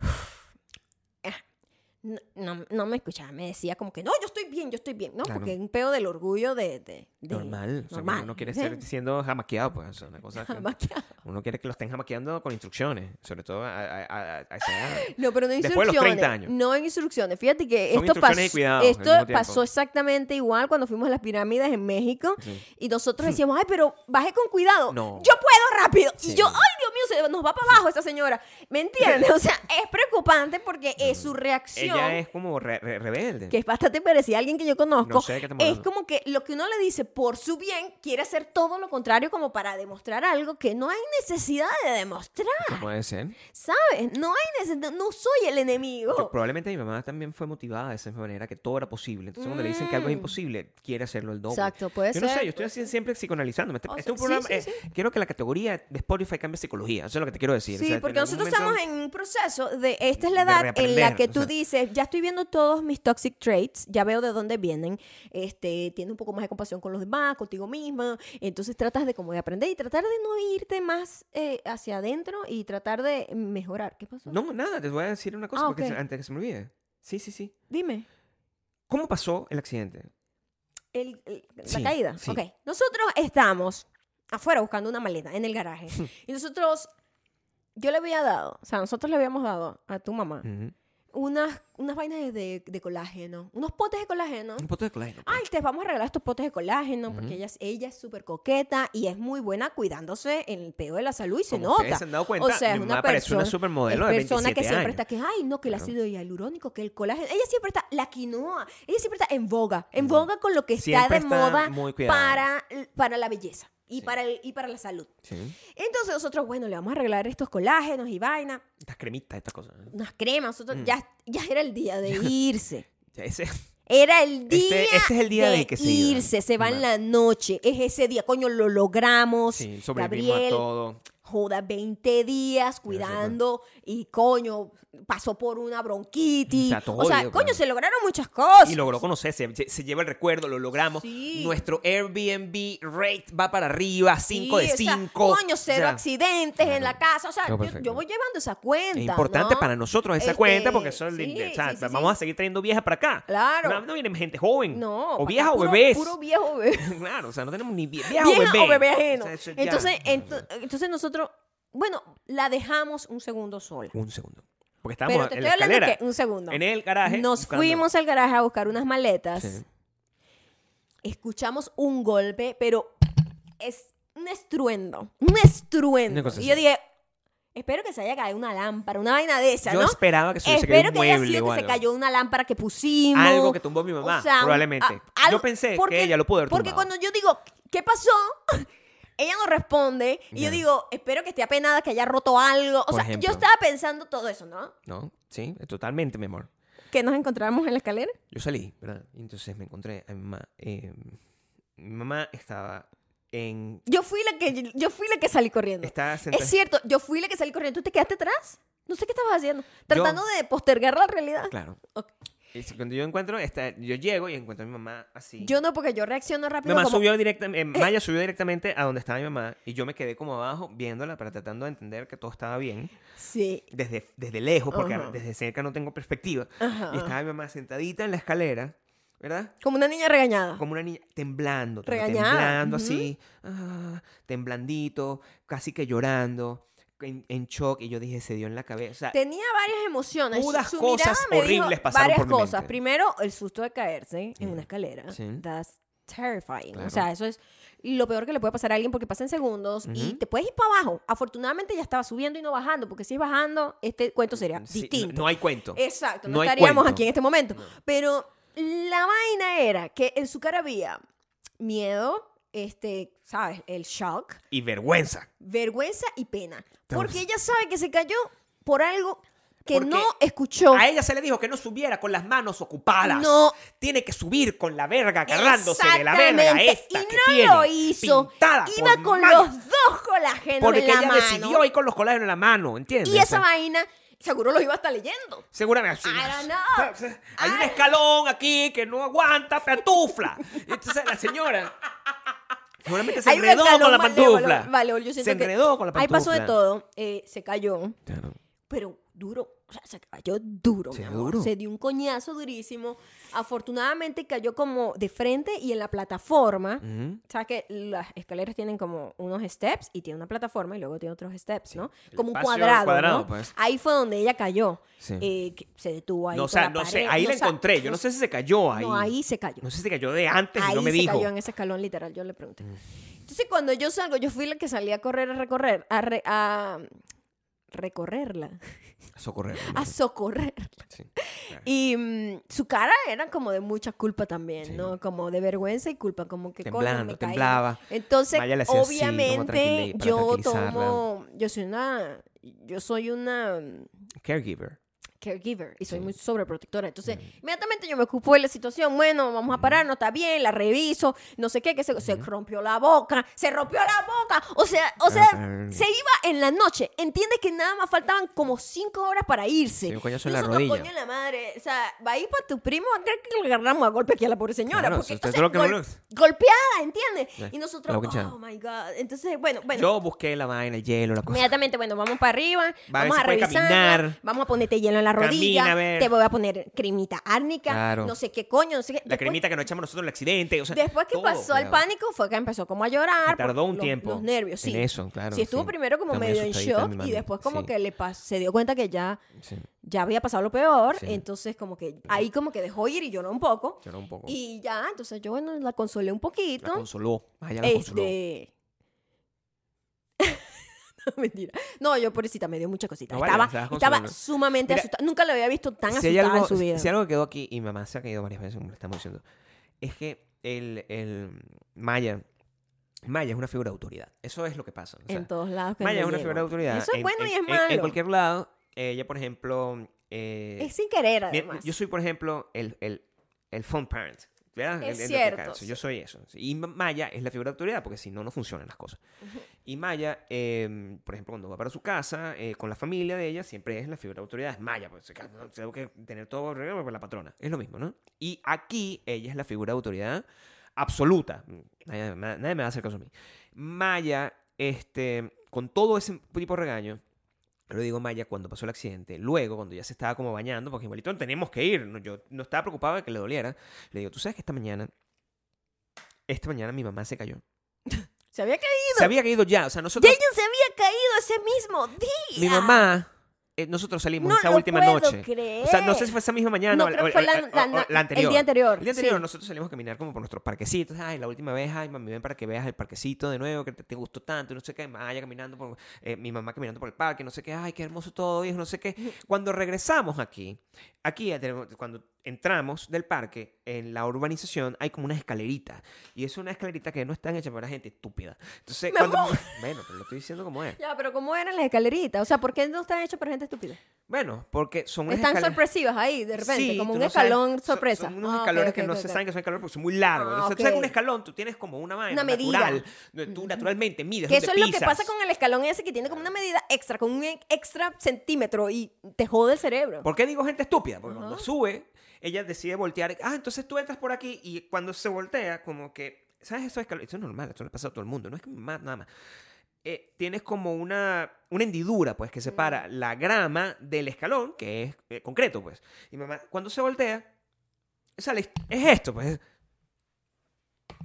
A: ah, no, no- no me escuchaba, me decía como que no, yo estoy bien, yo estoy bien, ¿no?
B: Claro.
A: Porque es un peo del orgullo de. de- de-
B: normal. O sea,
A: normal.
B: uno no quiere ser siendo jamaqueado, pues. o sea, una cosa que-
A: Jamaqueado.
B: uno quiere que lo estén jamaqueando con instrucciones, sobre todo a, a- a- a esa edad.
A: No, pero no en
B: Después
A: instrucciones.
B: de los 30 años.
A: No en instrucciones. Fíjate que
B: Son
A: esto, pasó,
B: instrucciones y cuidados al
A: esto
B: mismo tiempo.
A: pasó exactamente igual cuando fuimos a las pirámides en México
B: Sí.
A: y nosotros decíamos, ay, pero bajé con cuidado.
B: No.
A: Yo puedo rápido. Y
B: Sí.
A: yo, ay, Dios mío, se nos va para abajo esta señora. ¿Me entiendes? O sea, es preocupante porque es su reacción.
B: Ella es como re- re- rebelde.
A: que es bastante parecida a alguien que yo conozco,
B: No sé de qué estamos
A: es
B: hablando.
A: como que lo que uno le dice por su bien quiere hacer todo lo contrario como para demostrar algo que no hay necesidad de demostrar,
B: ¿Cómo puede ser?
A: ¿sabes? No hay necesidad, no soy el enemigo.
B: Yo- probablemente mi mamá también fue motivada de esa misma manera, que todo era posible. Entonces, cuando le dicen que algo es
A: Mm.
B: imposible, quiere hacerlo el doble.
A: Exacto, puede
B: Yo no
A: ser,
B: sé, yo estoy
A: puede
B: así siempre psicoanalizándome. Este,
A: O
B: este
A: sea,
B: es un
A: sí,
B: programa.
A: sí,
B: eh,
A: sí.
B: Quiero que la categoría de Spotify cambie psicología. Eso es lo que te quiero decir.
A: Sí, porque nosotros estamos en un proceso de esta es la
B: de
A: edad en la
B: reaprender,
A: que
B: o
A: tú
B: sea.
A: dices, ya estoy viendo todos mis toxic traits, ya veo de dónde vienen, este, tiene un poco más de compasión con los demás, contigo misma, entonces tratas de como de aprender y tratar de no irte más eh, hacia adentro y tratar de mejorar. ¿Qué pasó?
B: No, nada, te voy a decir una cosa
A: Ah,
B: porque
A: ok.
B: se- antes de que se me olvide. Sí, sí, sí.
A: Dime.
B: ¿Cómo pasó el accidente?
A: El- el- la
B: Sí,
A: caída.
B: sí.
A: Ok. Nosotros estamos afuera buscando una maleta en el garaje. y nosotros, yo le había dado, o sea, nosotros le habíamos dado a tu mamá
B: Ujú.
A: unas, unas vainas de, de colágeno, unos potes de colágeno.
B: Un poco de colágeno. pues.
A: Ay, te vamos a regalar estos potes de colágeno porque ella, es- ella es súper coqueta y es muy buena cuidándose en el peo de la salud y se
B: Como
A: nota.
B: ustedes se han dado cuenta,
A: o sea, es
B: mi
A: una
B: mamá parece
A: persona,
B: una supermodelo
A: es
B: de
A: persona que
B: 27
A: siempre
B: años.
A: está que, ay, no, que el
B: Claro.
A: ácido hialurónico, que el colágeno. Ella siempre está, la quinoa, ella siempre está en boga, en boga con lo que está
B: Siempre
A: de
B: está
A: moda
B: muy cuidada.
A: para, para la belleza y,
B: Sí.
A: para el- y para la salud.
B: Sí.
A: Entonces nosotros, bueno, le vamos a regalar estos colágenos y vaina,
B: Estas cremitas, estas cosas. ¿no?
A: unas cremas, nosotros-
B: Mm.
A: ya, ya era el día de irse.
B: Ya, Ese,
A: Era el
B: Este-
A: día.
B: este es el día
A: de
B: del que se iba.
A: irse, se va en
B: Vale.
A: la noche. Es ese día, coño, lo logramos.
B: sí, sobrevivimos
A: Gabriel,
B: a todo.
A: joda 20 días cuidando y coño, pasó por una bronquitis.
B: O sea, todo
A: o sea,
B: jodido,
A: coño,
B: pero-
A: se lograron muchas cosas.
B: Y logró conocerse, se, se lleva el recuerdo, lo logramos.
A: Sí.
B: Nuestro Airbnb rate va para arriba, 5
A: Sí,
B: de
A: o sea,
B: 5.
A: coño, cero accidentes en la casa. O sea,
B: Todo
A: yo,
B: perfecto.
A: yo voy llevando esa cuenta.
B: Es importante
A: ¿no?
B: para nosotros esa
A: Este,
B: cuenta porque eso es
A: sí,
B: lindo. O sea,
A: sí, sí,
B: vamos
A: sí.
B: a seguir trayendo viejas para acá.
A: Claro.
B: No, no vienen gente joven.
A: No,
B: O
A: para
B: viejas o
A: puro-
B: bebés.
A: Puro viejo bebé.
B: Claro, o sea, no tenemos ni vie- vieja,
A: vieja o bebé
B: O
A: ajeno.
B: sea, eso ya-
A: Entonces, ento- entonces nosotros, bueno, la dejamos un segundo sola.
B: Un segundo. Porque
A: Pero
B: estábamos
A: te
B: en
A: estoy
B: la
A: hablando
B: escalera.
A: de que un segundo.
B: En el garaje.
A: Nos
B: buscando-
A: fuimos al garaje a buscar unas maletas.
B: Sí.
A: Escuchamos un golpe, pero es un estruendo, un estruendo.
B: Una cosa
A: Y yo
B: así.
A: dije, espero que se haya caído una lámpara, una vaina de esa,
B: Yo
A: ¿no?
B: esperaba que se hubiese
A: espero
B: caído un
A: que haya
B: mueble
A: sido
B: o
A: que se
B: algo.
A: cayó una lámpara que pusimos.
B: Algo que tumbó mi mamá,
A: un-
B: probablemente.
A: a- algo-
B: Yo pensé
A: porque-
B: que ella lo pudo haber
A: Porque
B: tumbado.
A: cuando yo digo, ¿qué pasó? ella no responde. Y yo
B: Ya.
A: digo, espero que esté apenada, que haya roto algo. O
B: Por
A: sea,
B: ejemplo.
A: yo estaba pensando todo eso, ¿no?
B: No, sí, totalmente, mi amor.
A: Que nos encontramos en la escalera.
B: Yo salí, ¿verdad? Y entonces me encontré a mi mamá. eh, mi mamá em, estaba en...
A: Yo fui la que, yo fui la que salí corriendo.
B: Está sentada-
A: Es cierto, yo fui la que salí corriendo. ¿Tú te quedaste atrás? No sé qué estabas haciendo. Tratando de postergar la realidad.
B: Claro.
A: Ok.
B: Y si- Cuando yo encuentro, está, yo llego y encuentro a mi mamá así.
A: Yo no, porque yo reacciono
B: mi
A: rápido.
B: mamá
A: como- eh,
B: subió directamente, Maya subió directamente a donde estaba mi mamá y yo me quedé como abajo viéndola para tratando de entender que todo estaba bien.
A: Sí.
B: desde, desde lejos, porque
A: Ajá.
B: desde cerca no tengo perspectiva.
A: Ajá.
B: Y estaba mi mamá sentadita en la escalera, ¿verdad?
A: Como una niña regañada.
B: Como una niña temblando, pero
A: Regañada,
B: temblando
A: ujú.
B: así, ah, temblandito, casi que llorando, en, en shock. Y yo dije, se dio en la cabeza.
A: Tenía varias emociones.
B: Puras
A: Su mirada
B: cosas
A: me
B: horribles
A: dijo
B: pasaron
A: varias
B: por mi
A: cosas.
B: mente.
A: Primero, el susto de caerse en una escalera.
B: Sí.
A: That's terrifying.
B: Claro.
A: O sea, eso es lo peor que le puede pasar a alguien porque pasa en segundos y te puedes ir para abajo. Afortunadamente ya estaba subiendo y no bajando, porque si es bajando, este cuento sería
B: Sí, no-
A: distinto. Eh,
B: No, hay cuento.
A: Exacto, no,
B: No hay
A: estaríamos
B: cuento.
A: aquí en este momento. Pero la vaina era que en su cara había miedo, este, ¿sabes? El shock,
B: Y vergüenza.
A: vergüenza y pena. Porque
B: Entonces-
A: ella sabe que se cayó por algo que
B: Porque
A: no escuchó.
B: A ella se le dijo que no subiera con las manos ocupadas.
A: No.
B: Tiene que subir con la verga, agarrándose de la verga
A: Exactamente,
B: esta
A: y
B: que
A: no
B: tiene,
A: lo hizo.
B: pintada
A: Iba
B: por
A: con
B: Maya,
A: los dos colágenos
B: Porque
A: en la
B: ella
A: mano.
B: decidió ir con los colágenos en la mano, ¿entiendes?
A: y
B: O
A: esa
B: sea,
A: vaina seguro los iba hasta leyendo.
B: Seguramente. sí. pues.
A: I don't know.
B: Hay un escalón aquí que no aguanta pantufla. Y Entonces la señora seguramente se
A: Hay un
B: enredó
A: escalón
B: con la
A: malévolo.
B: pantufla.
A: Vale, yo siento
B: se
A: que
B: enredó con la
A: Ahí
B: pantufla.
A: pasó de todo. eh, se cayó.
B: Claro.
A: pero duro, o sea, se cayó duro,
B: Se
A: mi
B: dio
A: amor.
B: duro.
A: Se dio un coñazo durísimo. Afortunadamente cayó como de frente y en la plataforma.
B: Ujú.
A: ¿Sabes que las escaleras tienen como unos steps y tiene una plataforma y luego tiene otros steps, ¿no?
B: el
A: Como un
B: espacio
A: cuadrado.
B: cuadrado,
A: ¿no?
B: pues.
A: Ahí fue donde ella cayó.
B: Sí.
A: Eh, que se detuvo ahí.
B: No, o
A: con
B: sea,
A: la
B: no sé,
A: pared.
B: ahí la
A: sa-
B: encontré. Yo no sé si se cayó ahí.
A: No, ahí se cayó.
B: No sé si se cayó de antes
A: Ahí
B: y no me
A: se
B: dijo. Mm.
A: cayó en ese escalón literal, yo le pregunté. Entonces cuando yo salgo, yo fui la que salí a correr, a recorrer, a, re- a recorrerla,
B: Socorrer.
A: a socorrer.
B: Sí.
A: Y mm, su cara era como de mucha culpa también,
B: Sí.
A: ¿no? Como de vergüenza y culpa, como que coño,
B: Temblando,
A: me caí.
B: temblaba.
A: Entonces,
B: Maya le hacía así, como
A: obviamente,
B: tranquili- para
A: yo
B: tranquilizarla.
A: tomo, yo soy una, yo soy una
B: Caregiver.
A: caregiver y soy
B: Sí.
A: muy sobreprotectora. Entonces, inmediatamente yo me ocupo de la situación. Bueno, vamos a parar, no está bien, la reviso, no sé qué, que se, se rompió la boca, se rompió la boca. O sea, o sea,
B: Ah,
A: se iba en la noche. Entiendes que nada más faltaban como cinco horas para irse.
B: Sí, un
A: Y
B: coñazo en la
A: nosotros,
B: rodilla.
A: coño en la madre. O sea, va a ir para tu primo, va a creer que le agarramos a golpe aquí a la pobre señora.
B: Claro,
A: porque,
B: eso es
A: o sea,
B: lo que
A: gol-
B: no lo-
A: golpeada, ¿entiendes?
B: Sí,
A: Y nosotros,
B: la boca hinchada.
A: oh my God. Entonces, bueno, bueno.
B: Yo busqué la vaina, el hielo, la cosa.
A: Inmediatamente, bueno, vamos para arriba,
B: Va a ver
A: vamos
B: si
A: a
B: puede
A: revisar,
B: caminar.
A: vamos a ponerte hielo en la
B: Camina,
A: rodilla,
B: a ver.
A: te voy a poner cremita árnica,
B: Claro.
A: no sé qué coño, no sé qué.
B: La
A: Después-
B: cremita que nos echamos nosotros en el accidente. O sea,
A: Después que
B: todo,
A: pasó el
B: cuidado.
A: pánico fue que empezó como a llorar.
B: Que tardó
A: por
B: un
A: los-
B: tiempo
A: Los nervios, sí.
B: en eso, claro,
A: Sí, estuvo
B: sí.
A: primero como
B: Estaba muy
A: medio en
B: asustadita mi
A: shock y
B: mami,
A: después como
B: sí.
A: que le pas- se dio cuenta que ya,
B: Sí.
A: ya había pasado lo peor.
B: Sí.
A: Entonces como que ahí como que dejó ir y lloró un poco.
B: Lloró un poco.
A: Y ya, entonces yo bueno, la consolé un poquito.
B: La consoló. Maya la consoló.
A: Este. No, mentira. No, yo pobrecita me dio mucha cosita.
B: No, vale,
A: estaba,
B: estabas
A: estaba
B: consolando.
A: sumamente
B: Mira,
A: asustada. Nunca la había visto tan
B: si hay
A: asustada
B: algo,
A: en su vida.
B: Si algo que quedó aquí, y mi mamá se ha caído varias veces, como le estamos diciendo, es que el, el Maya, Maya es una figura de autoridad. Eso es lo que pasa. o sea,
A: en todos lados. que
B: Maya
A: yo
B: es una
A: llego.
B: figura de autoridad.
A: Eso es
B: en-
A: bueno
B: en-
A: y es
B: en-
A: malo.
B: En, cualquier lado, ella, por ejemplo... eh,
A: Es sin querer,
B: mi-
A: además.
B: yo soy, por ejemplo, el, el, el fun parent. ¿verdad?
A: Es
B: lo que
A: cierto,
B: cae. O sea,
A: sí.
B: Yo soy eso. Y Ma- Maya es la figura de autoridad porque si no, no funcionan las cosas. Y Maya, eh, por ejemplo, cuando va para su casa eh, con la familia de ella, siempre es la figura de autoridad. Es Maya, pues que- no, tengo que tener todo arreglado por la patrona. Es lo mismo, ¿no? Y aquí ella es la figura de autoridad absoluta. Nadie, na- nadie me va a hacer caso a mí. Maya, este, con todo ese tipo de regaño, yo le digo a Maya cuando pasó el accidente, luego cuando ya se estaba como bañando, porque igualito teníamos que ir, no- yo no estaba preocupado de que le doliera, le digo, tú sabes que esta mañana, esta mañana mi mamá se cayó.
A: Se había caído.
B: Se había caído ya, o sea, nosotros,
A: Ella se había caído ese mismo día.
B: mi mamá, eh, nosotros salimos
A: No
B: esa
A: lo
B: última
A: puedo
B: noche.
A: creer.
B: O sea, no sé si fue esa misma mañana
A: No,
B: o,
A: creo
B: o-
A: que fue la-
B: o-
A: la-
B: o-
A: la-
B: anterior.
A: el día anterior,
B: El día anterior
A: sí.
B: nosotros salimos a caminar como por nuestros parquecitos. Ay, la última vez, ay, mami, ven para que veas el parquecito de nuevo que te, te gustó tanto, y no sé qué. Maya caminando por, eh, mi mamá caminando por el parque, no sé qué. Ay, qué hermoso todo, viejo, no sé qué. Cuando regresamos aquí, aquí ya tenemos- cuando entramos del parque, en la urbanización hay como unas escaleritas. Y es una escalerita que no están hechas para gente estúpida. Entonces,
A: Mi
B: cuando,
A: amor.
B: bueno, pero lo estoy diciendo como es.
A: Ya, pero ¿cómo eran las escaleritas? O sea, ¿por qué no están hechas para gente gente estúpida.
B: Bueno, porque son unas
A: Están
B: escalas-
A: sorpresivas ahí, de repente,
B: Sí,
A: como
B: tú
A: un
B: no sabes-
A: escalón
B: son-
A: sorpresa.
B: Son unos
A: Ah, ok,
B: escalones que
A: ok,
B: no
A: ok,
B: se
A: ok.
B: saben que son escalones porque son muy largos.
A: Ah,
B: Entonces,
A: ok.
B: tú sabes que un escalón, tú tienes como una vaina
A: Una medida.
B: natural. donde Tú naturalmente mides.
A: Que
B: donde
A: eso es lo que
B: pisas.
A: pasa con el escalón ese que tiene como una medida extra, con un e, extra centímetro y te jode el cerebro.
B: ¿Por qué digo gente estúpida? Porque cuando sube, ella decide voltear. Ah, entonces tú entras por aquí y cuando se voltea, como que. ¿Sabes eso? Eso es normal, esto le pasa a todo el mundo. No es que mi mamá, nada más. Eh, tienes como una, una hendidura, pues, que separa la grama del escalón, que es eh, concreto, pues. Y mamá, cuando se voltea, sale. Es esto, pues.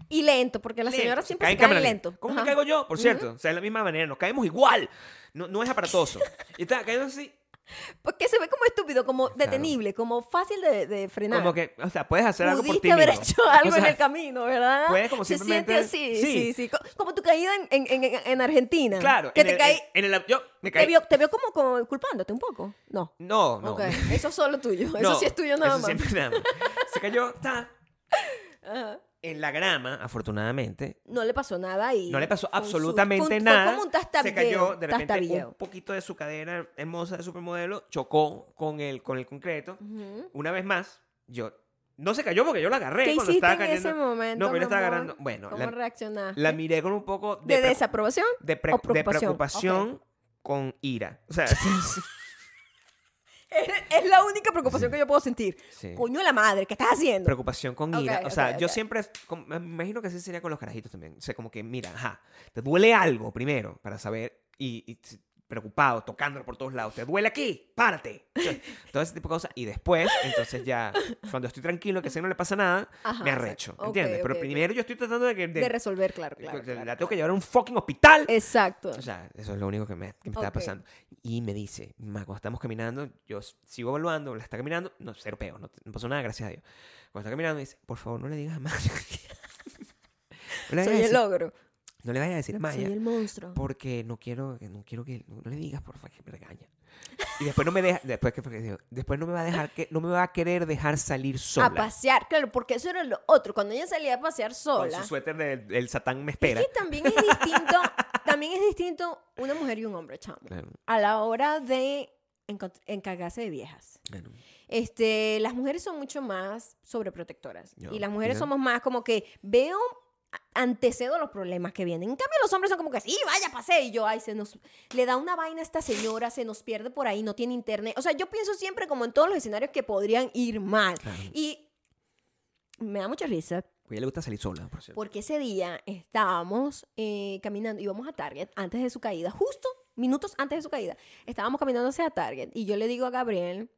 A: Y lento, porque las señoras
B: Se
A: siempre
B: cae
A: se
B: en
A: caen
B: cámara
A: lento.
B: ¿Cómo
A: Ajá.
B: me caigo yo? Por cierto, o sea, de la misma manera, nos caemos igual. No, no es aparatoso. y está cayendo así.
A: Porque se ve como estúpido, como detenible, como fácil de, de frenar.
B: Como que, o sea, puedes hacer algo por ti
A: Pudiste haber
B: mismo.
A: hecho algo
B: O sea,
A: en el camino, ¿verdad?
B: puedes como
A: se siente así,
B: simplemente-
A: sí,
B: sí.
A: sí. Co- Como tu caída en, en- en- en Argentina.
B: Claro,
A: Que
B: en
A: te
B: el-
A: caí...
B: en el- yo me
A: Te
B: caí.
A: vio, te vio como, como culpándote un poco. No.
B: No, no.
A: Ok, Eso es solo tuyo.
B: No,
A: eso sí es tuyo nada
B: eso
A: más.
B: siempre nada más. Se cayó, ta,
A: Ajá.
B: en la grama, afortunadamente.
A: No le pasó nada y...
B: No le pasó
A: fue un
B: absolutamente
A: susto. Fue un-
B: nada.
A: Fue como un
B: se
A: tastabilleo.
B: cayó de repente
A: tastabilleo.
B: un poquito de su cadera hermosa de supermodelo, chocó con el con el concreto.
A: Ujú.
B: Una vez más, yo no se cayó porque yo la agarré
A: ¿Qué
B: cuando
A: hiciste
B: estaba
A: en
B: cayendo.
A: ese momento,
B: no, pero yo estaba
A: mi amor?
B: agarrando. Bueno,
A: ¿Cómo
B: la,
A: reaccionaste?
B: la miré con un poco de,
A: ¿De
B: pre-
A: desaprobación?
B: de pre-
A: o
B: de
A: preocupación?
B: preocupación con ira. O sea, sí, sí,
A: Es, es la única preocupación que yo puedo sentir.
B: sí.
A: Coño de la madre, ¿qué estás haciendo?
B: Preocupación con
A: Ok,
B: ira. O sea,
A: ok,
B: yo
A: ok.
B: siempre, como- me imagino que así sería con los carajitos también. O sea, como que, mira, ajá, te duele algo primero para saber y, y si- preocupado, tocándolo por todos lados. Te duele aquí, párate. O sea, todo ese tipo de cosas. Y después, entonces ya, cuando estoy tranquilo, que sé que no le pasa nada,
A: Ajá,
B: me arrecho.
A: exacto. Ok,
B: ¿Entiendes? Pero
A: ok, ok.
B: primero yo estoy tratando de que... de-
A: de resolver, claro, claro.
B: que- que
A: claro,
B: la tengo
A: claro.
B: que llevar a un fucking hospital.
A: Exacto.
B: O sea, eso es lo único que me, que me estaba
A: Ok.
B: pasando. Y me dice, ma, cuando estamos caminando, yo s- sigo evaluando, la está caminando, no, cero peo, no, te- no pasó nada, gracias a Dios. Cuando está caminando, me dice, por favor, no le digas a Maya. no, le vayas a
A: Soy el
B: decir-
A: logro.
B: no le vayas a decir a
A: Soy
B: Maya,
A: el monstruo.
B: porque no quiero, que- no quiero que, no, no le digas, por favor, que me regaña. Y después no me deja, después que porque digo, después no me va a dejar que, no me va a querer dejar
A: Ah,
B: salir sola.
A: A pasear, claro, porque eso era lo otro. Cuando ella salía a pasear
B: Con
A: sola.
B: su suéter del el satán me
A: Es
B: espera.
A: que también es distinto, también es distinto una mujer y un hombre, chamo.
B: Claro,
A: A la hora de encont- encargarse de viejas.
B: claro.
A: Este, las mujeres son mucho más sobreprotectoras.
B: Ya,
A: Y las mujeres
B: ya.
A: somos más como que veo, a- antecedo los problemas que vienen. En cambio, los hombres son como que, sí, vaya, pasé. Y yo, ay, se nos. Le da una vaina a esta señora, se nos pierde por ahí, no tiene internet. O sea, yo pienso siempre como en todos los escenarios que podrían ir mal.
B: Claro.
A: Y me da mucha risa
B: Porque a ella le gusta salir sola, por cierto.
A: porque ese día estábamos eh, caminando, íbamos a Target antes de su caída, justo minutos antes de su caída, estábamos caminando hacia Target y yo le digo a Gabriel,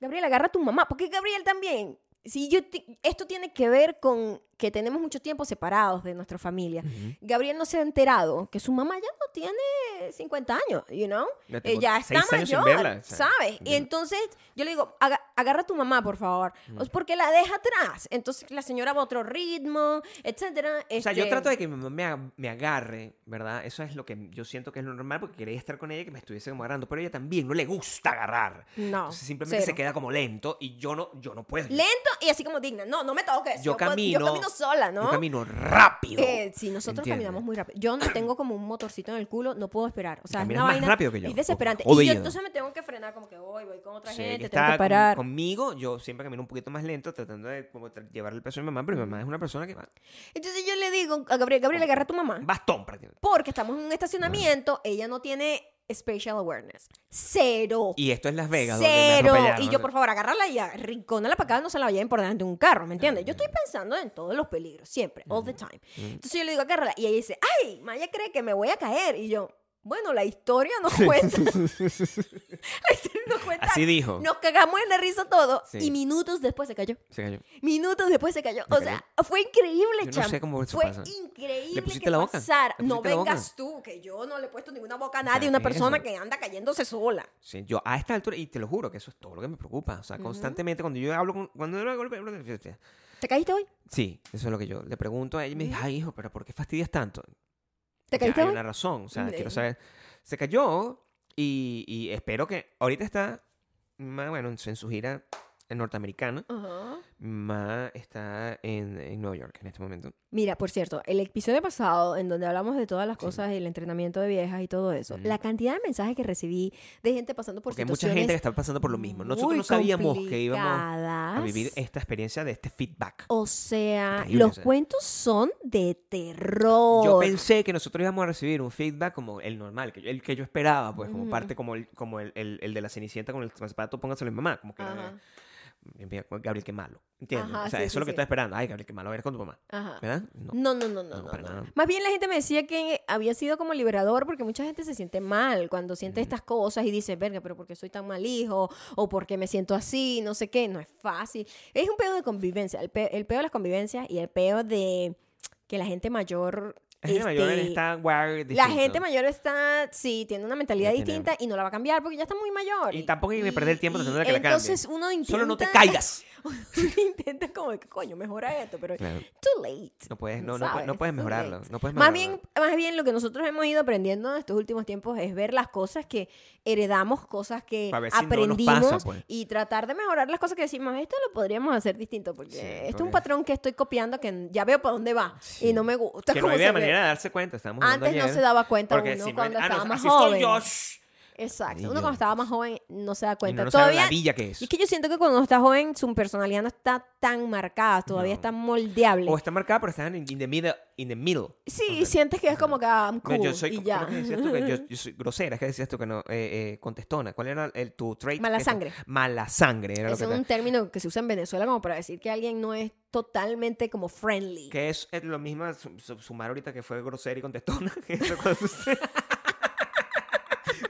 A: Gabriel, agarra a tu mamá, porque Gabriel también, si yo ti- esto tiene que ver con que tenemos mucho tiempo separados de nuestra familia.
B: Ujú.
A: Gabriel no se ha enterado que su mamá ya no tiene 50 años, you know?
B: Ya tengo
A: Ella Eh, está
B: seis años sin
A: mayor,
B: verla, o sea,
A: ¿sabes? Y
B: ya-
A: entonces yo le digo, "Aga- agarra a tu mamá, por favor,
B: Mm.
A: o es porque la deja atrás. Entonces la señora va a otro ritmo, etcétera. este,
B: O sea, yo trato de que mi mamá me, ag- me agarre, ¿verdad? Eso es lo que yo siento que es lo normal porque quería estar con ella y que me estuviese como agarrando, pero ella también no le gusta agarrar.
A: No,
B: Entonces simplemente se
A: cero.
B: queda como lento y yo no, yo no puedo.
A: Lento y así como digna. No, no me toques.
B: yo,
A: puedo-
B: camino,
A: yo camino sola, ¿no?
B: Yo camino rápido.
A: Eh, sí, nosotros
B: ¿entiendes?
A: caminamos muy rápido. Yo no tengo como un motorcito en el culo, no puedo esperar. O sea, es
B: Caminas
A: una
B: más
A: vaina.
B: rápido que yo.
A: Es desesperante.
B: Jodido.
A: Y yo entonces me tengo que frenar, como que voy, voy con otra
B: Sí,
A: gente,
B: ella
A: tengo que
B: está con-
A: parar.
B: conmigo, yo siempre camino un poquito más lento tratando de como tra- llevarle el peso a mi mamá, pero mi
A: Mm.
B: mamá es una persona que va
A: Entonces yo le digo a Gabriel, Gabriel, agarra a tu mamá.
B: bastón prácticamente.
A: Porque estamos en un estacionamiento, ella no tiene spatial awareness. Cero.
B: Y esto es Las Vegas. donde me
A: Cero.
B: atropellaron,
A: Y
B: o
A: yo,
B: sea.
A: por favor, agárrala y arrinconala para acá, no se la vayan por delante de un carro, ¿me entiendes? Yo estoy pensando en todos los peligros, siempre, all the time. Entonces yo le digo, agárrala. Y ella dice, ay, Maya cree que me voy a caer. Y yo, bueno, la historia nos cuenta. la historia nos cuenta.
B: Así dijo.
A: Nos cagamos en la risa todo.
B: Sí.
A: Y minutos después se cayó.
B: Se cayó.
A: Minutos después se cayó. O
B: Se
A: sea, fue increíble,
B: Yo no
A: chamo.
B: sé cómo eso
A: Fue
B: pasa.
A: increíble
B: ¿Le pusiste
A: que
B: la boca?
A: pasara.
B: ¿Le
A: No
B: pusiste la boca?
A: vengas tú, que yo no le he puesto ninguna boca a
B: sea,
A: nadie, una
B: eso.
A: persona que anda cayéndose sola.
B: Sí, yo a esta altura, y te lo juro que eso es todo lo que me preocupa. O sea, constantemente cuando yo hablo con. Cuando yo hablo con-
A: ¿Te caíste hoy?
B: Sí, eso es lo que yo le pregunto a ella y me dice, ay, hijo, pero ¿por qué fastidias tanto?
A: ¿Te
B: Ya
A: caíste
B: Hay
A: hoy?
B: una razón, o sea,
A: Mm,
B: quiero
A: eh.
B: saber. Se cayó y, y espero que. Ahorita está. ma- Bueno, en su en su gira norteamericana.
A: Ajá.
B: Mi mamá está en, en Nueva York en este momento.
A: Mira, por cierto, el episodio pasado, en donde hablamos de todas las
B: Sí.
A: cosas del entrenamiento de viejas y todo eso, la cantidad de mensajes que recibí de gente pasando por
B: Porque hay mucha
A: situaciones
B: gente que está pasando por lo mismo. Nosotros
A: muy
B: no sabíamos que íbamos a
A: complicadas.
B: vivir esta experiencia de este feedback.
A: O sea,
B: Increíble, o
A: los
B: sea.
A: cuentos son de terror.
B: Yo pensé que nosotros íbamos a recibir un feedback como el normal, que yo, el que yo esperaba, pues como
A: Ujú.
B: parte como el, como el, el- el de la Cenicienta con el zapato, póngaselo en mamá, como que era,
A: Ajá,
B: "Mira, pues, Gabriel, qué malo. ¿Entiendes?
A: Ajá,
B: o sea,
A: sí,
B: eso
A: sí,
B: es lo que
A: sí.
B: estaba esperando. Ay, Gabriel, qué malo eres con tu mamá.
A: ajá.
B: ¿Verdad? No.
A: No, no, no, no,
B: No,
A: no,
B: para
A: no.
B: nada.
A: Más bien la gente me decía que había sido como liberador porque mucha gente se siente mal cuando siente estas cosas y dice, verga, pero ¿por qué soy tan mal hijo? ¿O por qué me siento así? No sé qué, no es fácil. Es un pedo de convivencia, el pe- el peo, de las convivencias y el peo de que la gente mayor...
B: La gente mayor
A: este,
B: está wired
A: La
B: distinto.
A: gente mayor está, sí, tiene una mentalidad
B: Ya tiene-
A: distinta y no la va a cambiar porque ya está muy mayor.
B: Y tampoco hay que perder el tiempo
A: y-
B: tratando de que la cambie.
A: Entonces uno intenta...
B: Solo no te caigas.
A: uno intenta como, que, coño, mejora esto, pero
B: Claro.
A: too late.
B: No puedes, no, no,
A: ¿Sabes?
B: puedes- no puedes
A: Too
B: mejorarlo.
A: late.
B: No puedes
A: Más
B: mejorarlo.
A: bien, más bien lo que nosotros hemos ido aprendiendo en estos últimos tiempos es ver las cosas que heredamos, cosas que
B: Para ver si no nos
A: aprendimos
B: pasa, pues.
A: y tratar de mejorar las cosas que decimos, esto lo podríamos hacer distinto porque
B: Sí,
A: esto es
B: porque-
A: un patrón que estoy copiando que ya veo para dónde va
B: Sí.
A: y no me gusta.
B: Que no
A: cómo se
B: había
A: ve.
B: manera de darse cuenta. Estábamos hablando
A: Antes no
B: ayer,
A: se daba cuenta
B: porque
A: uno
B: simplemente,
A: cuando
B: ah,
A: estaba
B: no,
A: más
B: así soy
A: joven.
B: yo, shh.
A: Exacto.
B: Ay,
A: Uno
B: Dios.
A: cuando estaba más joven no se da
B: Y
A: cuenta.
B: no sabe la
A: Todavía
B: villa que es.
A: y es que yo siento que cuando uno está joven, su personalidad no está tan marcada, todavía
B: No.
A: está moldeable.
B: O está marcada, pero están en in the middle. In the middle.
A: Sí,
B: O sea,
A: sientes que es como que ah, I'm
B: no,
A: cool
B: yo soy,
A: y
B: ¿cómo-
A: ya.
B: cómo es que decías tú que yo, yo soy grosera, es que decías tú que no, eh, eh, contestona. ¿Cuál era el, tu trait?
A: Mala
B: Que es-
A: sangre.
B: Mala sangre era lo
A: Es
B: que,
A: un
B: te-
A: término que se usa en Venezuela como para decir que alguien no es totalmente como friendly.
B: que es, es lo mismo su- su- sumar ahorita que fue grosera y contestona. Eso cuando tú-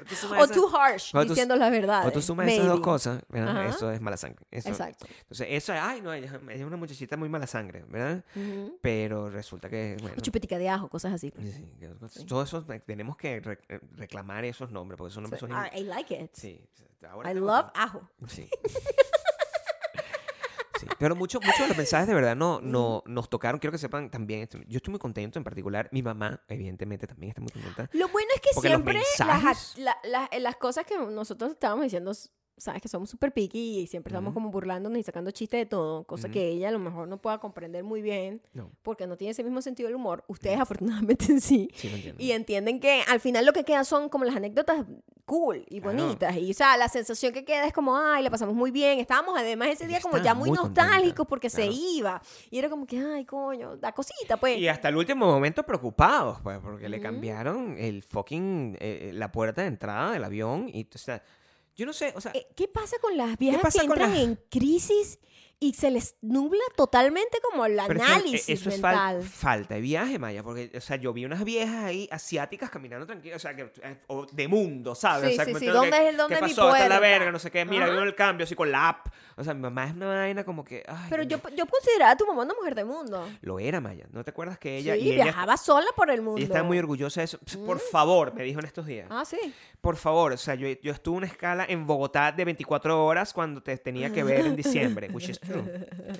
B: Tú sumas
A: O
B: esas-
A: too harsh,
B: cuando tú-
A: diciendo las verdades.
B: Cuando tú sumas esas dos
A: maybe.
B: cosas, ¿verdad?
A: Ajá.
B: eso es mala sangre. Eso-
A: Exacto.
B: Entonces, eso es, ay, no, ella ella es una muchachita muy mala sangre, ¿verdad?
A: Ujú.
B: Pero resulta que, bueno,
A: O chupetica de ajo, cosas así.
B: sí, sí, que- todo eso eh, tenemos que re- eh, reclamar esos nombres, porque esos nombres son... in-
A: I, I like it.
B: Sí, ahora
A: Ah, eh, I
B: tengo
A: love
B: que-
A: ajo.
B: Sí. Sí, Pero muchos mucho de los mensajes de verdad no, no, nos tocaron. Quiero que sepan también, esto, yo estoy muy contento en particular. Mi mamá, evidentemente, también está muy contenta.
A: Lo bueno es que
B: Porque los
A: siempre las,
B: mensajes-
A: at- la- la- eh, las cosas que nosotros estábamos diciendo, s- sabes que somos súper picky y siempre estamos
B: Ujú.
A: como burlándonos y sacando chistes de todo, cosa
B: Ujú.
A: que ella a lo mejor no pueda comprender muy bien
B: No,
A: porque no tiene ese mismo sentido del humor. Ustedes afortunadamente sí.
B: sí, lo entiendo.
A: Y entienden que al final lo que queda son como las anécdotas cool y
B: Claro.
A: bonitas. Y o sea, la sensación que queda es como, ay, la pasamos muy bien. Estábamos además ese
B: Ella
A: día como
B: está
A: ya muy,
B: muy contenta,
A: nostálgicos porque se
B: claro.
A: iba. Y era como que, ay, coño, da cosita, pues.
B: Y hasta el último momento preocupados, pues, porque le
A: Ujú.
B: cambiaron el fucking, eh, la puerta de entrada del avión y, o sea, yo no sé, o sea,
A: Eh, ¿Qué pasa con las viejas que
B: pasa con
A: entran
B: las-
A: en crisis y se les nubla totalmente como el
B: pero es que, eh,
A: análisis
B: eso es fal-
A: mental?
B: falta de viaje, Maya, porque, o sea, yo vi unas viejas ahí asiáticas caminando tranquilas, o sea, que, eh, o de mundo, ¿sabes?
A: Sí,
B: o sea,
A: sí,
B: como
A: sí,
B: que-
A: ¿dónde es el-
B: ¿qué
A: dónde es mi
B: pasó? Está la
A: puerta?
B: verga, no sé qué, mira,
A: Ajá.
B: vino el cambio así con la app, o sea, mi mamá es una vaina como que, ay,
A: Pero yo,
B: Dios mío.
A: yo consideraba a tu mamá una mujer de mundo.
B: Lo era, Maya, ¿no te acuerdas que ella,
A: sí,
B: y ella,
A: viajaba sola por el mundo. Mm.
B: ella estaba muy orgullosa de eso? Por favor, me dijo en estos días.
A: Ah, sí.
B: Por favor, o sea, yo, yo estuve en una escala en Bogotá de 24 horas cuando te tenía que ver en diciembre, which is true.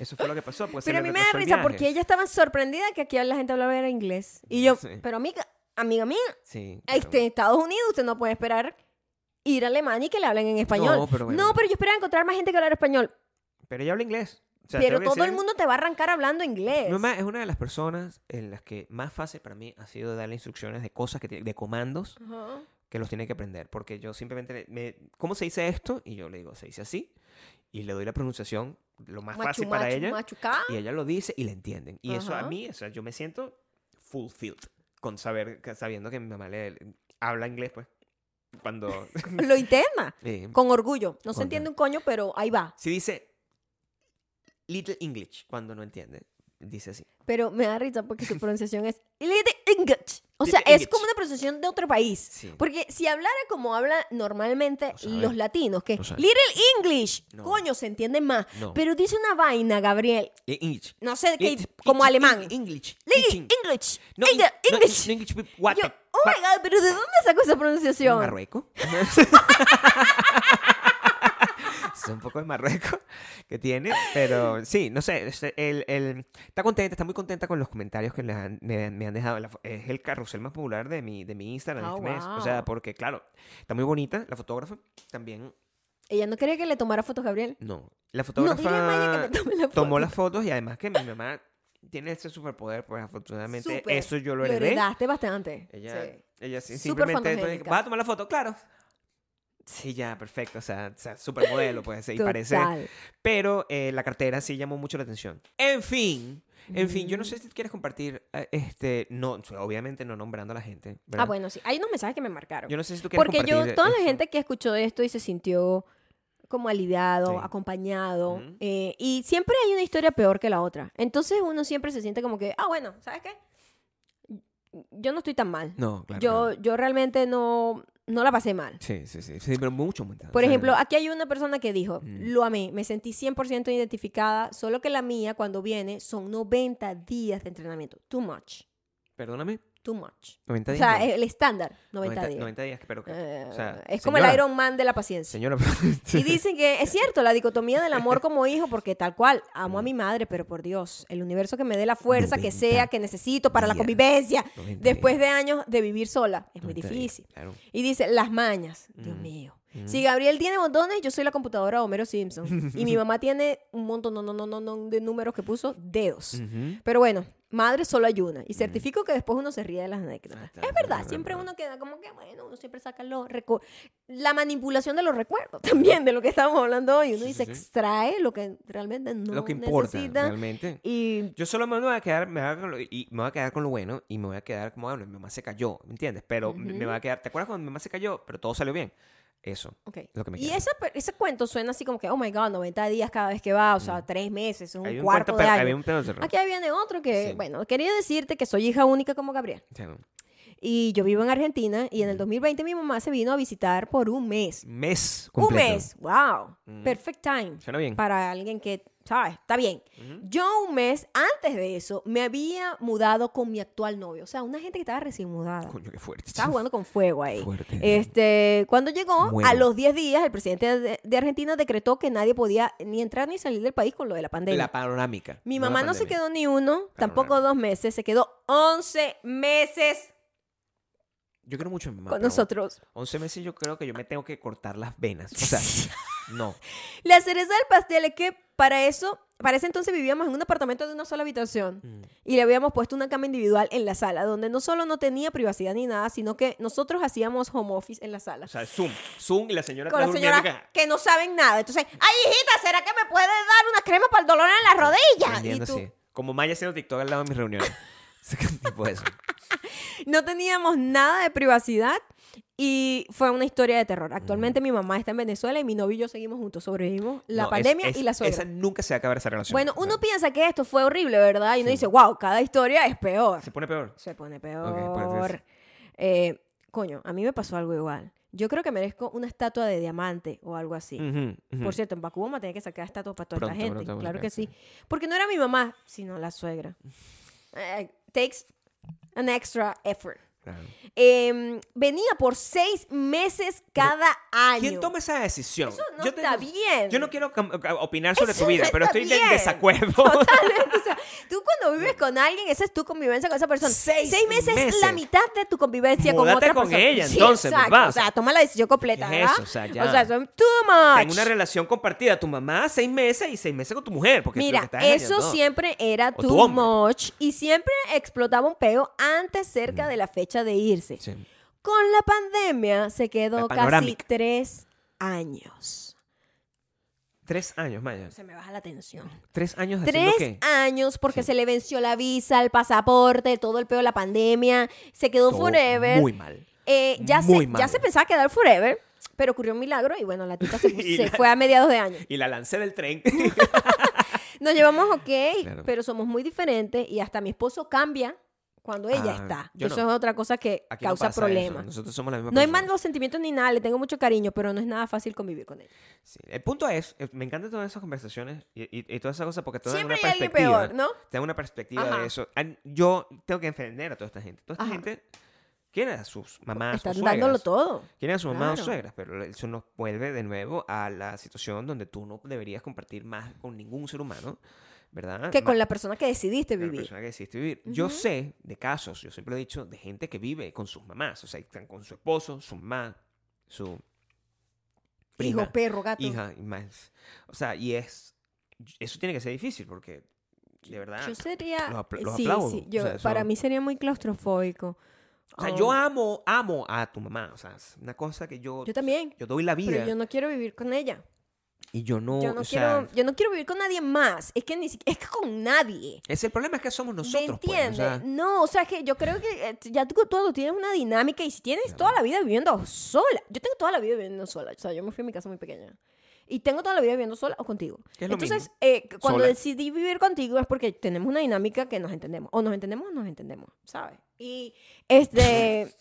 B: Eso fue lo que pasó. Pues se
A: Pero a
B: le
A: mí me da
B: retrasó el
A: risa
B: viaje.
A: porque ella estaba sorprendida que aquí la gente hablaba era inglés. Y yo,
B: Mm, Sí.
A: pero amiga, amiga mía,
B: Sí. pero-
A: este, en Estados Unidos usted no puede esperar ir a Alemania y que le hablen en español.
B: No, pero bueno.
A: No, pero yo esperaba encontrar más gente que hablara español.
B: Pero ella habla inglés. O sea,
A: pero
B: tengo que
A: todo el
B: decir-
A: mundo te va a arrancar hablando inglés.
B: Mi mamá es una de las personas en las que más fácil para mí ha sido darle instrucciones de cosas, que tiene- de comandos
A: Ajá.
B: que los tiene que aprender. Porque yo simplemente, le- me, ¿cómo se dice esto? Y yo le digo, se dice así. Y le doy la pronunciación, lo más
A: Machu,
B: fácil para
A: machu,
B: ella.
A: machu, ca.
B: Y ella lo dice y la entienden. Y eso a
A: Ajá.
B: mí, o sea, yo me siento fulfilled con saber, que- sabiendo que mi mamá le habla inglés, pues. Cuando.
A: Lo interna,
B: eh,
A: con orgullo. No se
B: Con-
A: entiende un coño, pero ahí va.
B: si dice Little English cuando no entiende, dice así.
A: Pero me da risa porque su pronunciación es Little English. O sea,
B: Little
A: es como
B: English.
A: una pronunciación de otro país.
B: Sí.
A: Porque si hablara como hablan normalmente
B: No sabe.
A: los latinos, que
B: No sabe.
A: Little English,
B: No.
A: coño, se entiende más.
B: No.
A: Pero dice una vaina, Gabriel.
B: Eh, English.
A: No sé de qué,
B: Little-
A: como
B: Little
A: alemán.
B: Eng- English.
A: Little
B: Teaching.
A: English.
B: No,
A: Little
B: Eng- no,
A: English.
B: Eng- English with what?
A: Yo,
B: the-
A: oh my God, pero ¿de dónde sacó esa pronunciación?
B: Marruecos. es un poco de Marruecos que tiene, pero sí, no sé. es el- el- está contenta, está muy contenta con los comentarios que les han- me, me han dejado. La fo- es el carrusel más popular de mi, de mi Instagram
A: Ah,
B: este mes. O
A: wow.
B: sea, porque, claro, está muy bonita la fotógrafa. También,
A: Ella no quería que le tomara fotos, Gabriel.
B: no. La
A: dile a Maya que
B: fotógrafa
A: te tome la
B: tomó
A: foto.
B: las fotos y además que mi mamá tiene ese superpoder, pues afortunadamente
A: Súper.
B: eso yo lo heredé.
A: heredaste bastante.
B: Ella,
A: Sí.
B: ella sí-
A: Súper
B: simplemente después de que,
A: fotogénica.
B: vas a tomar la foto, claro. Sí, ya, perfecto. O sea, o sea, supermodelo, pues, y parece.
A: Total. Ah,
B: Pero eh, la cartera sí llamó mucho la atención. En fin, en fin, yo no sé si quieres compartir, eh, este, no, o sea, obviamente no nombrando a la gente. ¿verdad?
A: Ah, bueno, sí. Hay unos mensajes que me marcaron.
B: Yo no sé si tú quieres
A: Porque yo,
B: compartir
A: toda la
B: eso.
A: gente que escuchó esto y se sintió como aliviado,
B: Sí.
A: acompañado,
B: Ujú.
A: eh, y siempre hay una historia peor que la otra. Entonces uno siempre se siente como que, ah, bueno, ¿sabes qué? Yo no estoy tan mal.
B: No, claro.
A: yo,
B: no.
A: yo realmente no, no la pasé mal.
B: Sí, sí, sí, sí, pero mucho, mucho.
A: Por
B: O sea,
A: ejemplo, aquí hay una persona que dijo,
B: Mm.
A: lo amé, me sentí 100% identificada, solo que la mía cuando viene son 90 días de entrenamiento. Too much,
B: Perdóname,
A: too much.
B: 90
A: O sea,
B: días. no.
A: el estándar, 90,
B: 90
A: días.
B: 90 días, pero que,
A: Eh,
B: o sea,
A: es como el
B: señora,
A: Iron Man de la paciencia.
B: Señora,
A: Y dicen que es cierto, la dicotomía del amor como hijo, porque tal cual, amo a mi madre, pero por Dios, el universo que me dé la fuerza que
B: 90
A: sea, que necesito para la
B: días.
A: convivencia,
B: 90
A: después
B: días.
A: de años de vivir sola, es muy
B: 90 días,
A: difícil.
B: claro.
A: Y dice, las mañas, Dios mío. Si Gabriel tiene botones, yo soy la computadora de Homero Simpson. Y mi mamá tiene un montón no, no, no, no, no, de números que puso, dedos.
B: Ujú.
A: Pero bueno, madre solo hay una. Y certifico que después uno se ríe de las anécdotas.
B: está,
A: Mm. Ah, es
B: está,
A: verdad,
B: está,
A: siempre
B: está.
A: uno queda como que, bueno, uno siempre saca los recu- La manipulación de los recuerdos también, de lo que estábamos hablando hoy. Uno
B: Sí,
A: dice,
B: sí, sí.
A: extrae lo que realmente no
B: Lo que importa,
A: necesita.
B: realmente.
A: Y
B: Yo solo me voy a quedar, me voy a quedar con lo, y me voy a quedar con lo bueno y me voy a quedar como, bueno, mi mamá se cayó, ¿me entiendes? Pero me- me va a quedar, ¿te acuerdas cuando mi mamá se cayó? Pero todo salió bien. Eso.
A: Ok.
B: Lo que me
A: y
B: queda.
A: esa pe- ese cuento suena así como que, oh my god, 90 días cada vez que va, o sea, tres meses, un
B: Hay un
A: cuarto
B: cuento,
A: de
B: pero-
A: año.
B: había un pedo cerrado.
A: Aquí viene otro que,
B: Sí.
A: bueno, quería decirte que soy hija única como Gabriel.
B: O sea,
A: Y yo vivo en Argentina y en el 2020 mi mamá se vino a visitar por un mes.
B: Mes completo. Mm.
A: Un mes, wow. Perfect time.
B: Suena bien.
A: Para alguien que, ¿sabes? Está bien. Yo un mes antes de eso me había mudado con mi actual novio. O sea, una gente que estaba recién mudada.
B: Coño, qué fuerte.
A: Estaba jugando con fuego ahí.
B: Fuerte.
A: Este, cuando llegó,
B: Muero.
A: a los 10 días, el presidente de, de Argentina decretó que nadie podía ni entrar ni salir del país con lo de la pandemia.
B: La panorámica.
A: Mi
B: la
A: mamá no se
B: pandemia.
A: quedó ni uno, tampoco
B: bueno.
A: dos meses, se quedó 11 meses
B: Yo quiero mucho a mi mamá.
A: con
B: pero
A: nosotros.
B: 11 meses yo creo que yo me tengo que cortar las venas. O sea, no.
A: La cereza del pastel es que para eso, para ese entonces vivíamos en un apartamento de una sola habitación y le habíamos puesto una cama individual en la sala, donde no solo no tenía privacidad ni nada, sino que nosotros hacíamos home office en la sala.
B: O sea, Zoom. Zoom y la señora
A: con las
B: atrás durmiendo
A: señoras
B: acá.
A: que no saben nada. Entonces, ay, hijita, ¿será que me puedes dar una crema para el dolor en las rodillas? Y
B: Aprendiendo
A: tú,
B: así. Como Maya haciendo TikTok al lado de mis reuniones. tipo eso.
A: no teníamos nada de privacidad y fue una historia de terror. Actualmente mi mamá está en Venezuela y mi novio y yo seguimos juntos, sobrevivimos la
B: No, es-
A: pandemia
B: es-
A: y la soledad.
B: Esa nunca se va a acabar esa relación.
A: Bueno,
B: O sea,
A: uno piensa que esto fue horrible, ¿verdad? Y uno dice, wow, cada historia es peor.
B: Se pone peor.
A: Se pone
B: pues,
A: peor.
B: es-
A: Eh, coño, a mí me pasó algo igual. Yo creo que merezco una estatua de diamante o algo así.
B: Ujú, ujú.
A: Por cierto, en Bakú vamos a tener que sacar estatuas para toda
B: Pronto,
A: esta gente.
B: pronto vamos a
A: claro que
B: sacar,
A: sí. Porque no era mi mamá, sino la suegra. Eh, takes an extra effort.
B: Claro.
A: Em, venía por seis meses cada año.
B: ¿Quién toma esa decisión?
A: Eso no está bien.
B: Yo no quiero cam- ca- opinar sobre
A: Eso
B: tu vida,
A: no
B: pero
A: está
B: estoy en
A: bien.
B: desacuerdo.
A: Totalmente. O sea, tú cuando vives con alguien, esa es tu convivencia con esa persona.
B: Seis
A: meses, es
B: meses.
A: la mitad de tu convivencia con
B: Múdate
A: otra
B: con
A: persona.
B: ella,
A: Sí,
B: entonces,
A: exacto.
B: papá.
A: O sea, toma la decisión completa,
B: ¿Qué es eso?
A: ¿verdad?
B: O sea, ya.
A: son too much.
B: Tengo una relación compartida. Tu mamá seis meses y seis meses con tu mujer. Porque lo que
A: Mira,
B: estás
A: eso
B: haciendo-
A: siempre era
B: O tu
A: too
B: hombre.
A: much y siempre explotaba un peo antes cerca de la fecha de irse.
B: Mm. Sí.
A: Con la pandemia se
B: La
A: quedó casi
B: panorámica.
A: tres años.
B: Tres años, Maya.
A: Se me baja la tensión.
B: Tres años haciendo
A: Tres
B: qué?
A: años porque se le venció la visa, el pasaporte, todo el peo de la pandemia. Se quedó
B: Todo
A: forever.
B: Muy mal.
A: Eh, ya,
B: muy
A: se, ya
B: mal.
A: se pensaba quedar forever, pero ocurrió un milagro y bueno, la tita se,
B: Y
A: se
B: la-
A: fue a mediados de año.
B: Y la lancé del tren.
A: Nos llevamos ok,
B: Claro.
A: pero somos muy diferentes y hasta mi esposo cambia cuando ella
B: Ah,
A: está.
B: yo
A: eso
B: no.
A: es otra cosa que
B: Aquí no
A: causa
B: pasa
A: problemas.
B: eso. Nosotros somos la misma
A: No hay
B: persona.
A: malos sentimientos ni nada, le tengo mucho cariño, pero no es nada fácil convivir con ella.
B: Sí. El punto es, eh, me encantan todas esas conversaciones y, y, y todas esas cosas porque te dan
A: Siempre
B: una
A: hay alguien
B: perspectiva.
A: peor, ¿no?
B: Te dan una perspectiva
A: Ajá.
B: de eso. An- Yo tengo que defender a toda esta gente. Toda esta
A: Ajá.
B: gente quiere a Ah, sus mamás o
A: Están
B: suegras.
A: dándolo todo.
B: Quieren a sus mamás o
A: Claro.
B: suegras, pero eso nos vuelve de nuevo a la situación donde tú no deberías compartir más con ningún ser humano, ¿verdad?
A: Que
B: Más-
A: con la persona que decidiste
B: con la
A: vivir.
B: Ah, persona que decidiste vivir. Yo sé de casos, yo siempre lo he dicho, de gente que vive con sus mamás. O sea, están con su esposo, su mamá, su prima,
A: Hijo, perro, gato.
B: hija, y más. O sea, y es. Eso tiene que ser difícil porque, de verdad.
A: Yo sería.
B: Ah, los apl- los
A: sí,
B: aplaudo.
A: sí, yo-
B: O sea, eso-
A: para mí sería muy claustrofóbico.
B: o sea,
A: Oh,
B: yo amo, amo a tu mamá. O sea, es una cosa que yo.
A: Yo también.
B: yo doy la vida.
A: Pero yo no quiero vivir con ella.
B: Y yo no.
A: Yo no,
B: o sea,
A: quiero, yo no quiero vivir con nadie más. Es que ni siquiera. Es que con nadie.
B: Es el problema es que somos
A: ¿Me
B: nosotros. pues, o
A: entiendes?
B: sea,
A: No, o sea, es que yo creo que eh, ya tú todo tienes una dinámica y si tienes toda la vida viviendo sola, yo tengo toda la vida viviendo sola, o sea, yo me fui a mi casa muy pequeña. Y tengo toda la vida viviendo sola o contigo.
B: Que es lo
A: Entonces,
B: mismo,
A: eh, c- cuando
B: sola.
A: decidí vivir contigo es porque tenemos una dinámica que nos entendemos. O nos entendemos o nos entendemos, ¿sabes? Y este.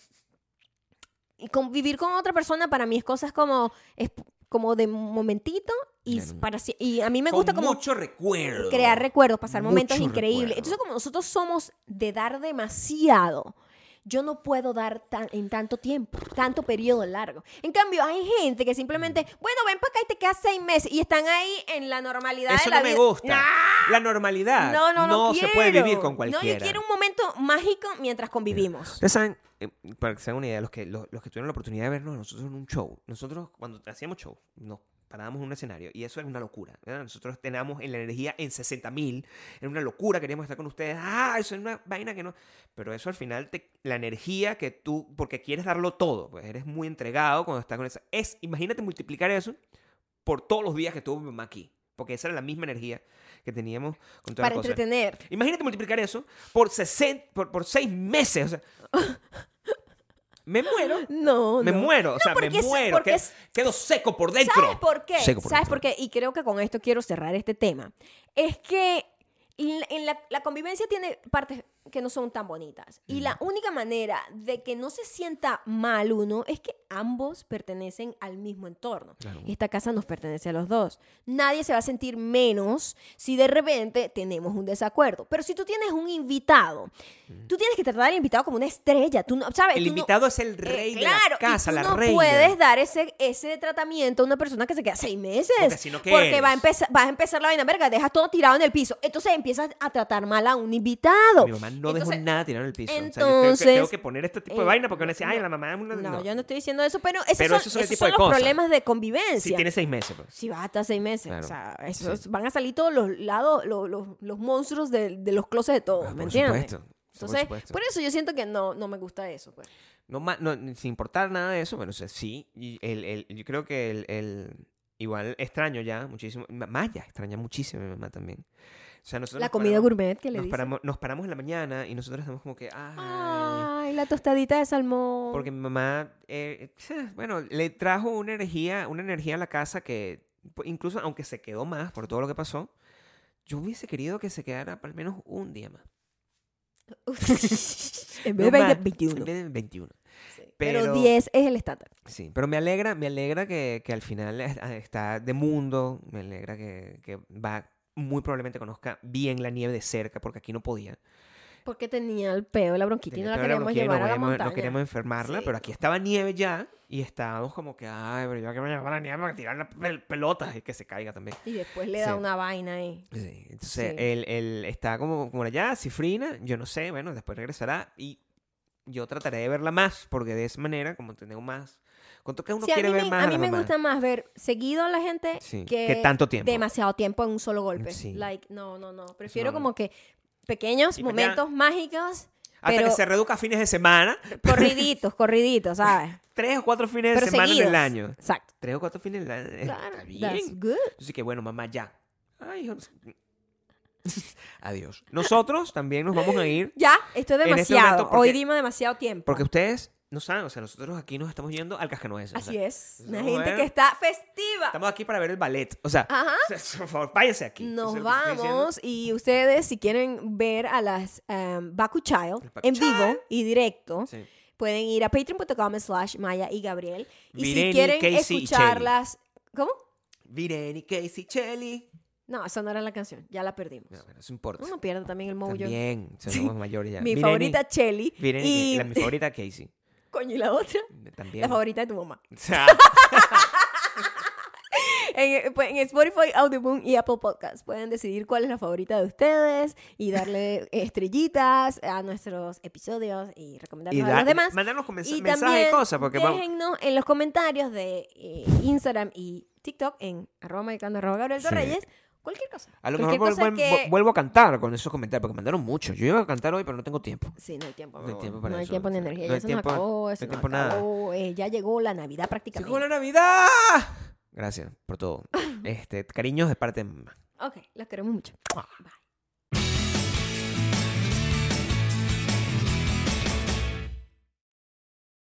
A: y convivir con otra persona para mí es cosas como. Es como de momentito y,
B: Claro.
A: para, sie- y a mí me
B: con
A: gusta como
B: mucho recuerdo.
A: crear recuerdos, pasar momentos
B: Mucho
A: increíbles.
B: recuerdo.
A: Entonces, como nosotros somos de dar demasiado, yo no puedo dar tan, en tanto tiempo, tanto periodo largo. En cambio, hay gente que simplemente,
B: Mm.
A: bueno, ven para acá y te quedas seis meses y están ahí en la normalidad
B: Eso
A: de la
B: no me
A: vida.
B: gusta.
A: ¡Nah!
B: La normalidad.
A: No, no, no.
B: se
A: quiero.
B: puede vivir con
A: No,
B: cualquiera.
A: yo quiero un momento mágico mientras convivimos.
B: Ustedes saben, eh, para que se hagan una idea, los que, los, los que tuvieron la oportunidad de vernos a nosotros en un show, nosotros cuando hacíamos show, nos parábamos en un escenario y eso era una locura. ¿verdad? Nosotros teníamos en la energía en 60 mil, era una locura, queríamos estar con ustedes, ah, eso es una vaina que no... Pero eso al final, te, la energía que tú, porque quieres darlo todo, pues eres muy entregado cuando estás con esa... Es, imagínate multiplicar eso por todos los días que estuvo mi mamá aquí, porque esa era la misma energía que teníamos con todas
A: Para
B: las cosas.
A: entretener.
B: Imagínate multiplicar eso por, 60 por, por seis meses. O sea, me muero.
A: No,
B: Me
A: no.
B: muero. O
A: No,
B: sea, me
A: porque es-
B: muero.
A: porque
B: que-
A: es-
B: Quedo seco por dentro.
A: ¿Sabes por qué?
B: Seco por
A: ¿Sabes por
B: dentro.
A: qué? Y creo que con esto quiero cerrar este tema. Es que en la- en la, la convivencia tiene partes que no son tan bonitas. Y la única manera de que no se sienta mal uno es que ambos pertenecen al mismo entorno.
B: Claro.
A: Y Esta casa nos pertenece a los dos. Nadie se va a sentir menos si de repente tenemos un desacuerdo. Pero si tú tienes un invitado, tú tienes que tratar al invitado como una estrella. Tú no, ¿sabes?
B: El
A: Tú no-
B: invitado es el
A: eh,
B: rey de
A: claro,
B: la
A: y
B: casa,
A: tú
B: la
A: no
B: reina.
A: puedes dar ese, ese tratamiento a una persona que se queda seis meses.
B: Porque así no que
A: Porque
B: eres.
A: va a, empezar, vas a empezar la vaina, verga, dejas todo tirado en el piso. Entonces empiezas a tratar mal a un invitado.
B: Mi mamá no
A: Entonces,
B: dejó nada tirado en el piso. O sea, yo
A: entonces-
B: tengo, que, tengo que poner este tipo de
A: eh,
B: vaina porque van a decir,
A: no,
B: ay, la mamá es una.
A: No,
B: no.
A: yo no estoy diciendo eso, pero esos
B: Pero
A: son,
B: esos son el
A: esos
B: tipo
A: son
B: de
A: los
B: cosas.
A: problemas de
B: Si
A: convivencia.
B: tiene seis meses, pues.
A: Si va hasta seis meses.
B: Claro,
A: O sea, esos van a salir todos los lados, los, los- los monstruos de, de los closets de todos,
B: Ah,
A: Oh, ¿me
B: por
A: entiendes?
B: supuesto,
A: Entonces, por,
B: supuesto.
A: eso yo siento que no, no me gusta eso. pues.
B: no, ma- no, ni- sin importar nada de eso, bueno, o sea, sí, y el, el- yo creo que el, el- igual extraño ya muchísimo, mi mamá ya extraña muchísimo a mi mamá también. O sea, nosotros
A: La
B: nos
A: comida
B: paramos-
A: gourmet que le
B: nos
A: dicen.
B: paramos, nos paramos en la mañana y nosotros estamos como que, ay,
A: Ay, la tostadita de salmón.
B: porque mi mamá, eh, eh, bueno, le trajo una energía, una energía a la casa que pu- incluso aunque se quedó más por todo lo que pasó, yo hubiese querido que se quedara al menos un día más.
A: en
B: No
A: vez de 20,
B: más, en
A: 21.
B: vez de 21.
A: Sí. Pero,
B: pero-
A: 10 es el estándar.
B: Sí, pero me alegra, me alegra que, que al final es- está de mundo, me alegra que, que va muy probablemente conozca bien la nieve de cerca, porque aquí no podía.
A: Porque tenía el peo, la bronquitis, y no
B: Tenía
A: la
B: toda
A: queríamos
B: la bronquitis,
A: llevar
B: no
A: a la
B: queríamos-
A: montaña.
B: No queríamos enfermarla,
A: Sí.
B: pero aquí estaba nieve ya y estábamos como que, ay, pero yo que me llevaba la nieve para tirar las pel- pelotas y que se caiga también.
A: Y después le da
B: Sí.
A: una vaina ahí.
B: Sí, entonces
A: Sí.
B: Él, él está como, como allá, cifrina, yo no sé, bueno, después regresará y yo trataré de verla más, porque de esa manera, como tengo más... ¿Cuánto que uno
A: Sí, a
B: quiere
A: mí,
B: ver
A: me,
B: más?
A: a
B: las
A: mí me
B: mamás?
A: gusta más ver seguido a la gente
B: Sí,
A: que,
B: que tanto tiempo.
A: demasiado tiempo en un solo golpe.
B: Sí.
A: Like, no, no, no. Prefiero
B: no.
A: como que pequeños
B: Y pues ya-
A: momentos mágicos,
B: Hasta
A: pero
B: que se reduzca a fines de semana,
A: corriditos, corriditos, ¿sabes?
B: tres o cuatro fines
A: pero
B: de semana
A: seguidos.
B: en el año.
A: Exacto.
B: Tres o cuatro fines del año. Eh,
A: Claro,
B: Está
A: that's
B: bien.
A: good.
B: Así que bueno, mamá, ya. Ay, hijo. Adiós. Nosotros también nos vamos a ir
A: Ya, esto es
B: En este
A: demasiado.
B: momento, porque-
A: Hoy dimos demasiado tiempo.
B: porque ustedes no saben, o sea, nosotros aquí nos estamos yendo al cascanueces. o sea,
A: Así es. Una
B: Bueno.
A: gente que está festiva.
B: Estamos aquí para ver el ballet. O sea,
A: Ajá.
B: o sea, por favor, váyanse aquí.
A: Ah. Nos
B: Eso es lo que estoy diciendo.
A: vamos y ustedes si quieren ver a las em, Baku Child
B: Las Baku
A: en
B: Child.
A: vivo y directo
B: Sí.
A: pueden ir a patreon.com slash Maya y Gabriel y si
B: Vireni,
A: quieren
B: Casey y
A: escucharlas ¿cómo?
B: Vireni, Casey, Chelly.
A: No, esa no era la canción ya la perdimos
B: No, bueno, eso importa.
A: uno pierde también el mojo mi
B: También, o sea, somos mayores ya. Vireni-
A: favorita Chelly
B: Vireni,
A: y
B: la, mi favorita Casey.
A: coño y la otra
B: También.
A: la favorita de tu mamá
B: O sea,
A: en, pues, en Spotify, Audioboom y Apple Podcast. Pueden decidir cuál es la favorita de ustedes y darle estrellitas a nuestros episodios y recomendarnos
B: Y
A: a
B: da-
A: los demás.
B: mandarnos comen-
A: Y
B: mensajes
A: también
B: y cosas, porque vamos-
A: déjennos en los comentarios de eh, Instagram y TikTok en arroba maricando arroba Gabriel
B: Sí.
A: Torreyes. Cualquier cosa.
B: A lo mejor
A: cualquier
B: vuelvo,
A: cosa que-
B: vuelvo a cantar con esos comentarios, porque mandaron muchos. Yo iba a cantar hoy, pero no tengo tiempo.
A: Sí, no hay tiempo.
B: No hay
A: bro.
B: tiempo para
A: No hay
B: eso.
A: tiempo ni energía.
B: No
A: ya
B: hay
A: se
B: tiempo-
A: nos acabó.
B: no hay
A: se nos
B: tiempo nada.
A: acabó, eh, ya llegó la Navidad prácticamente.
B: ¡Llegó la Navidad! Gracias por todo. Este, cariños de parte de mamá.
A: Ok, los queremos mucho. Bye.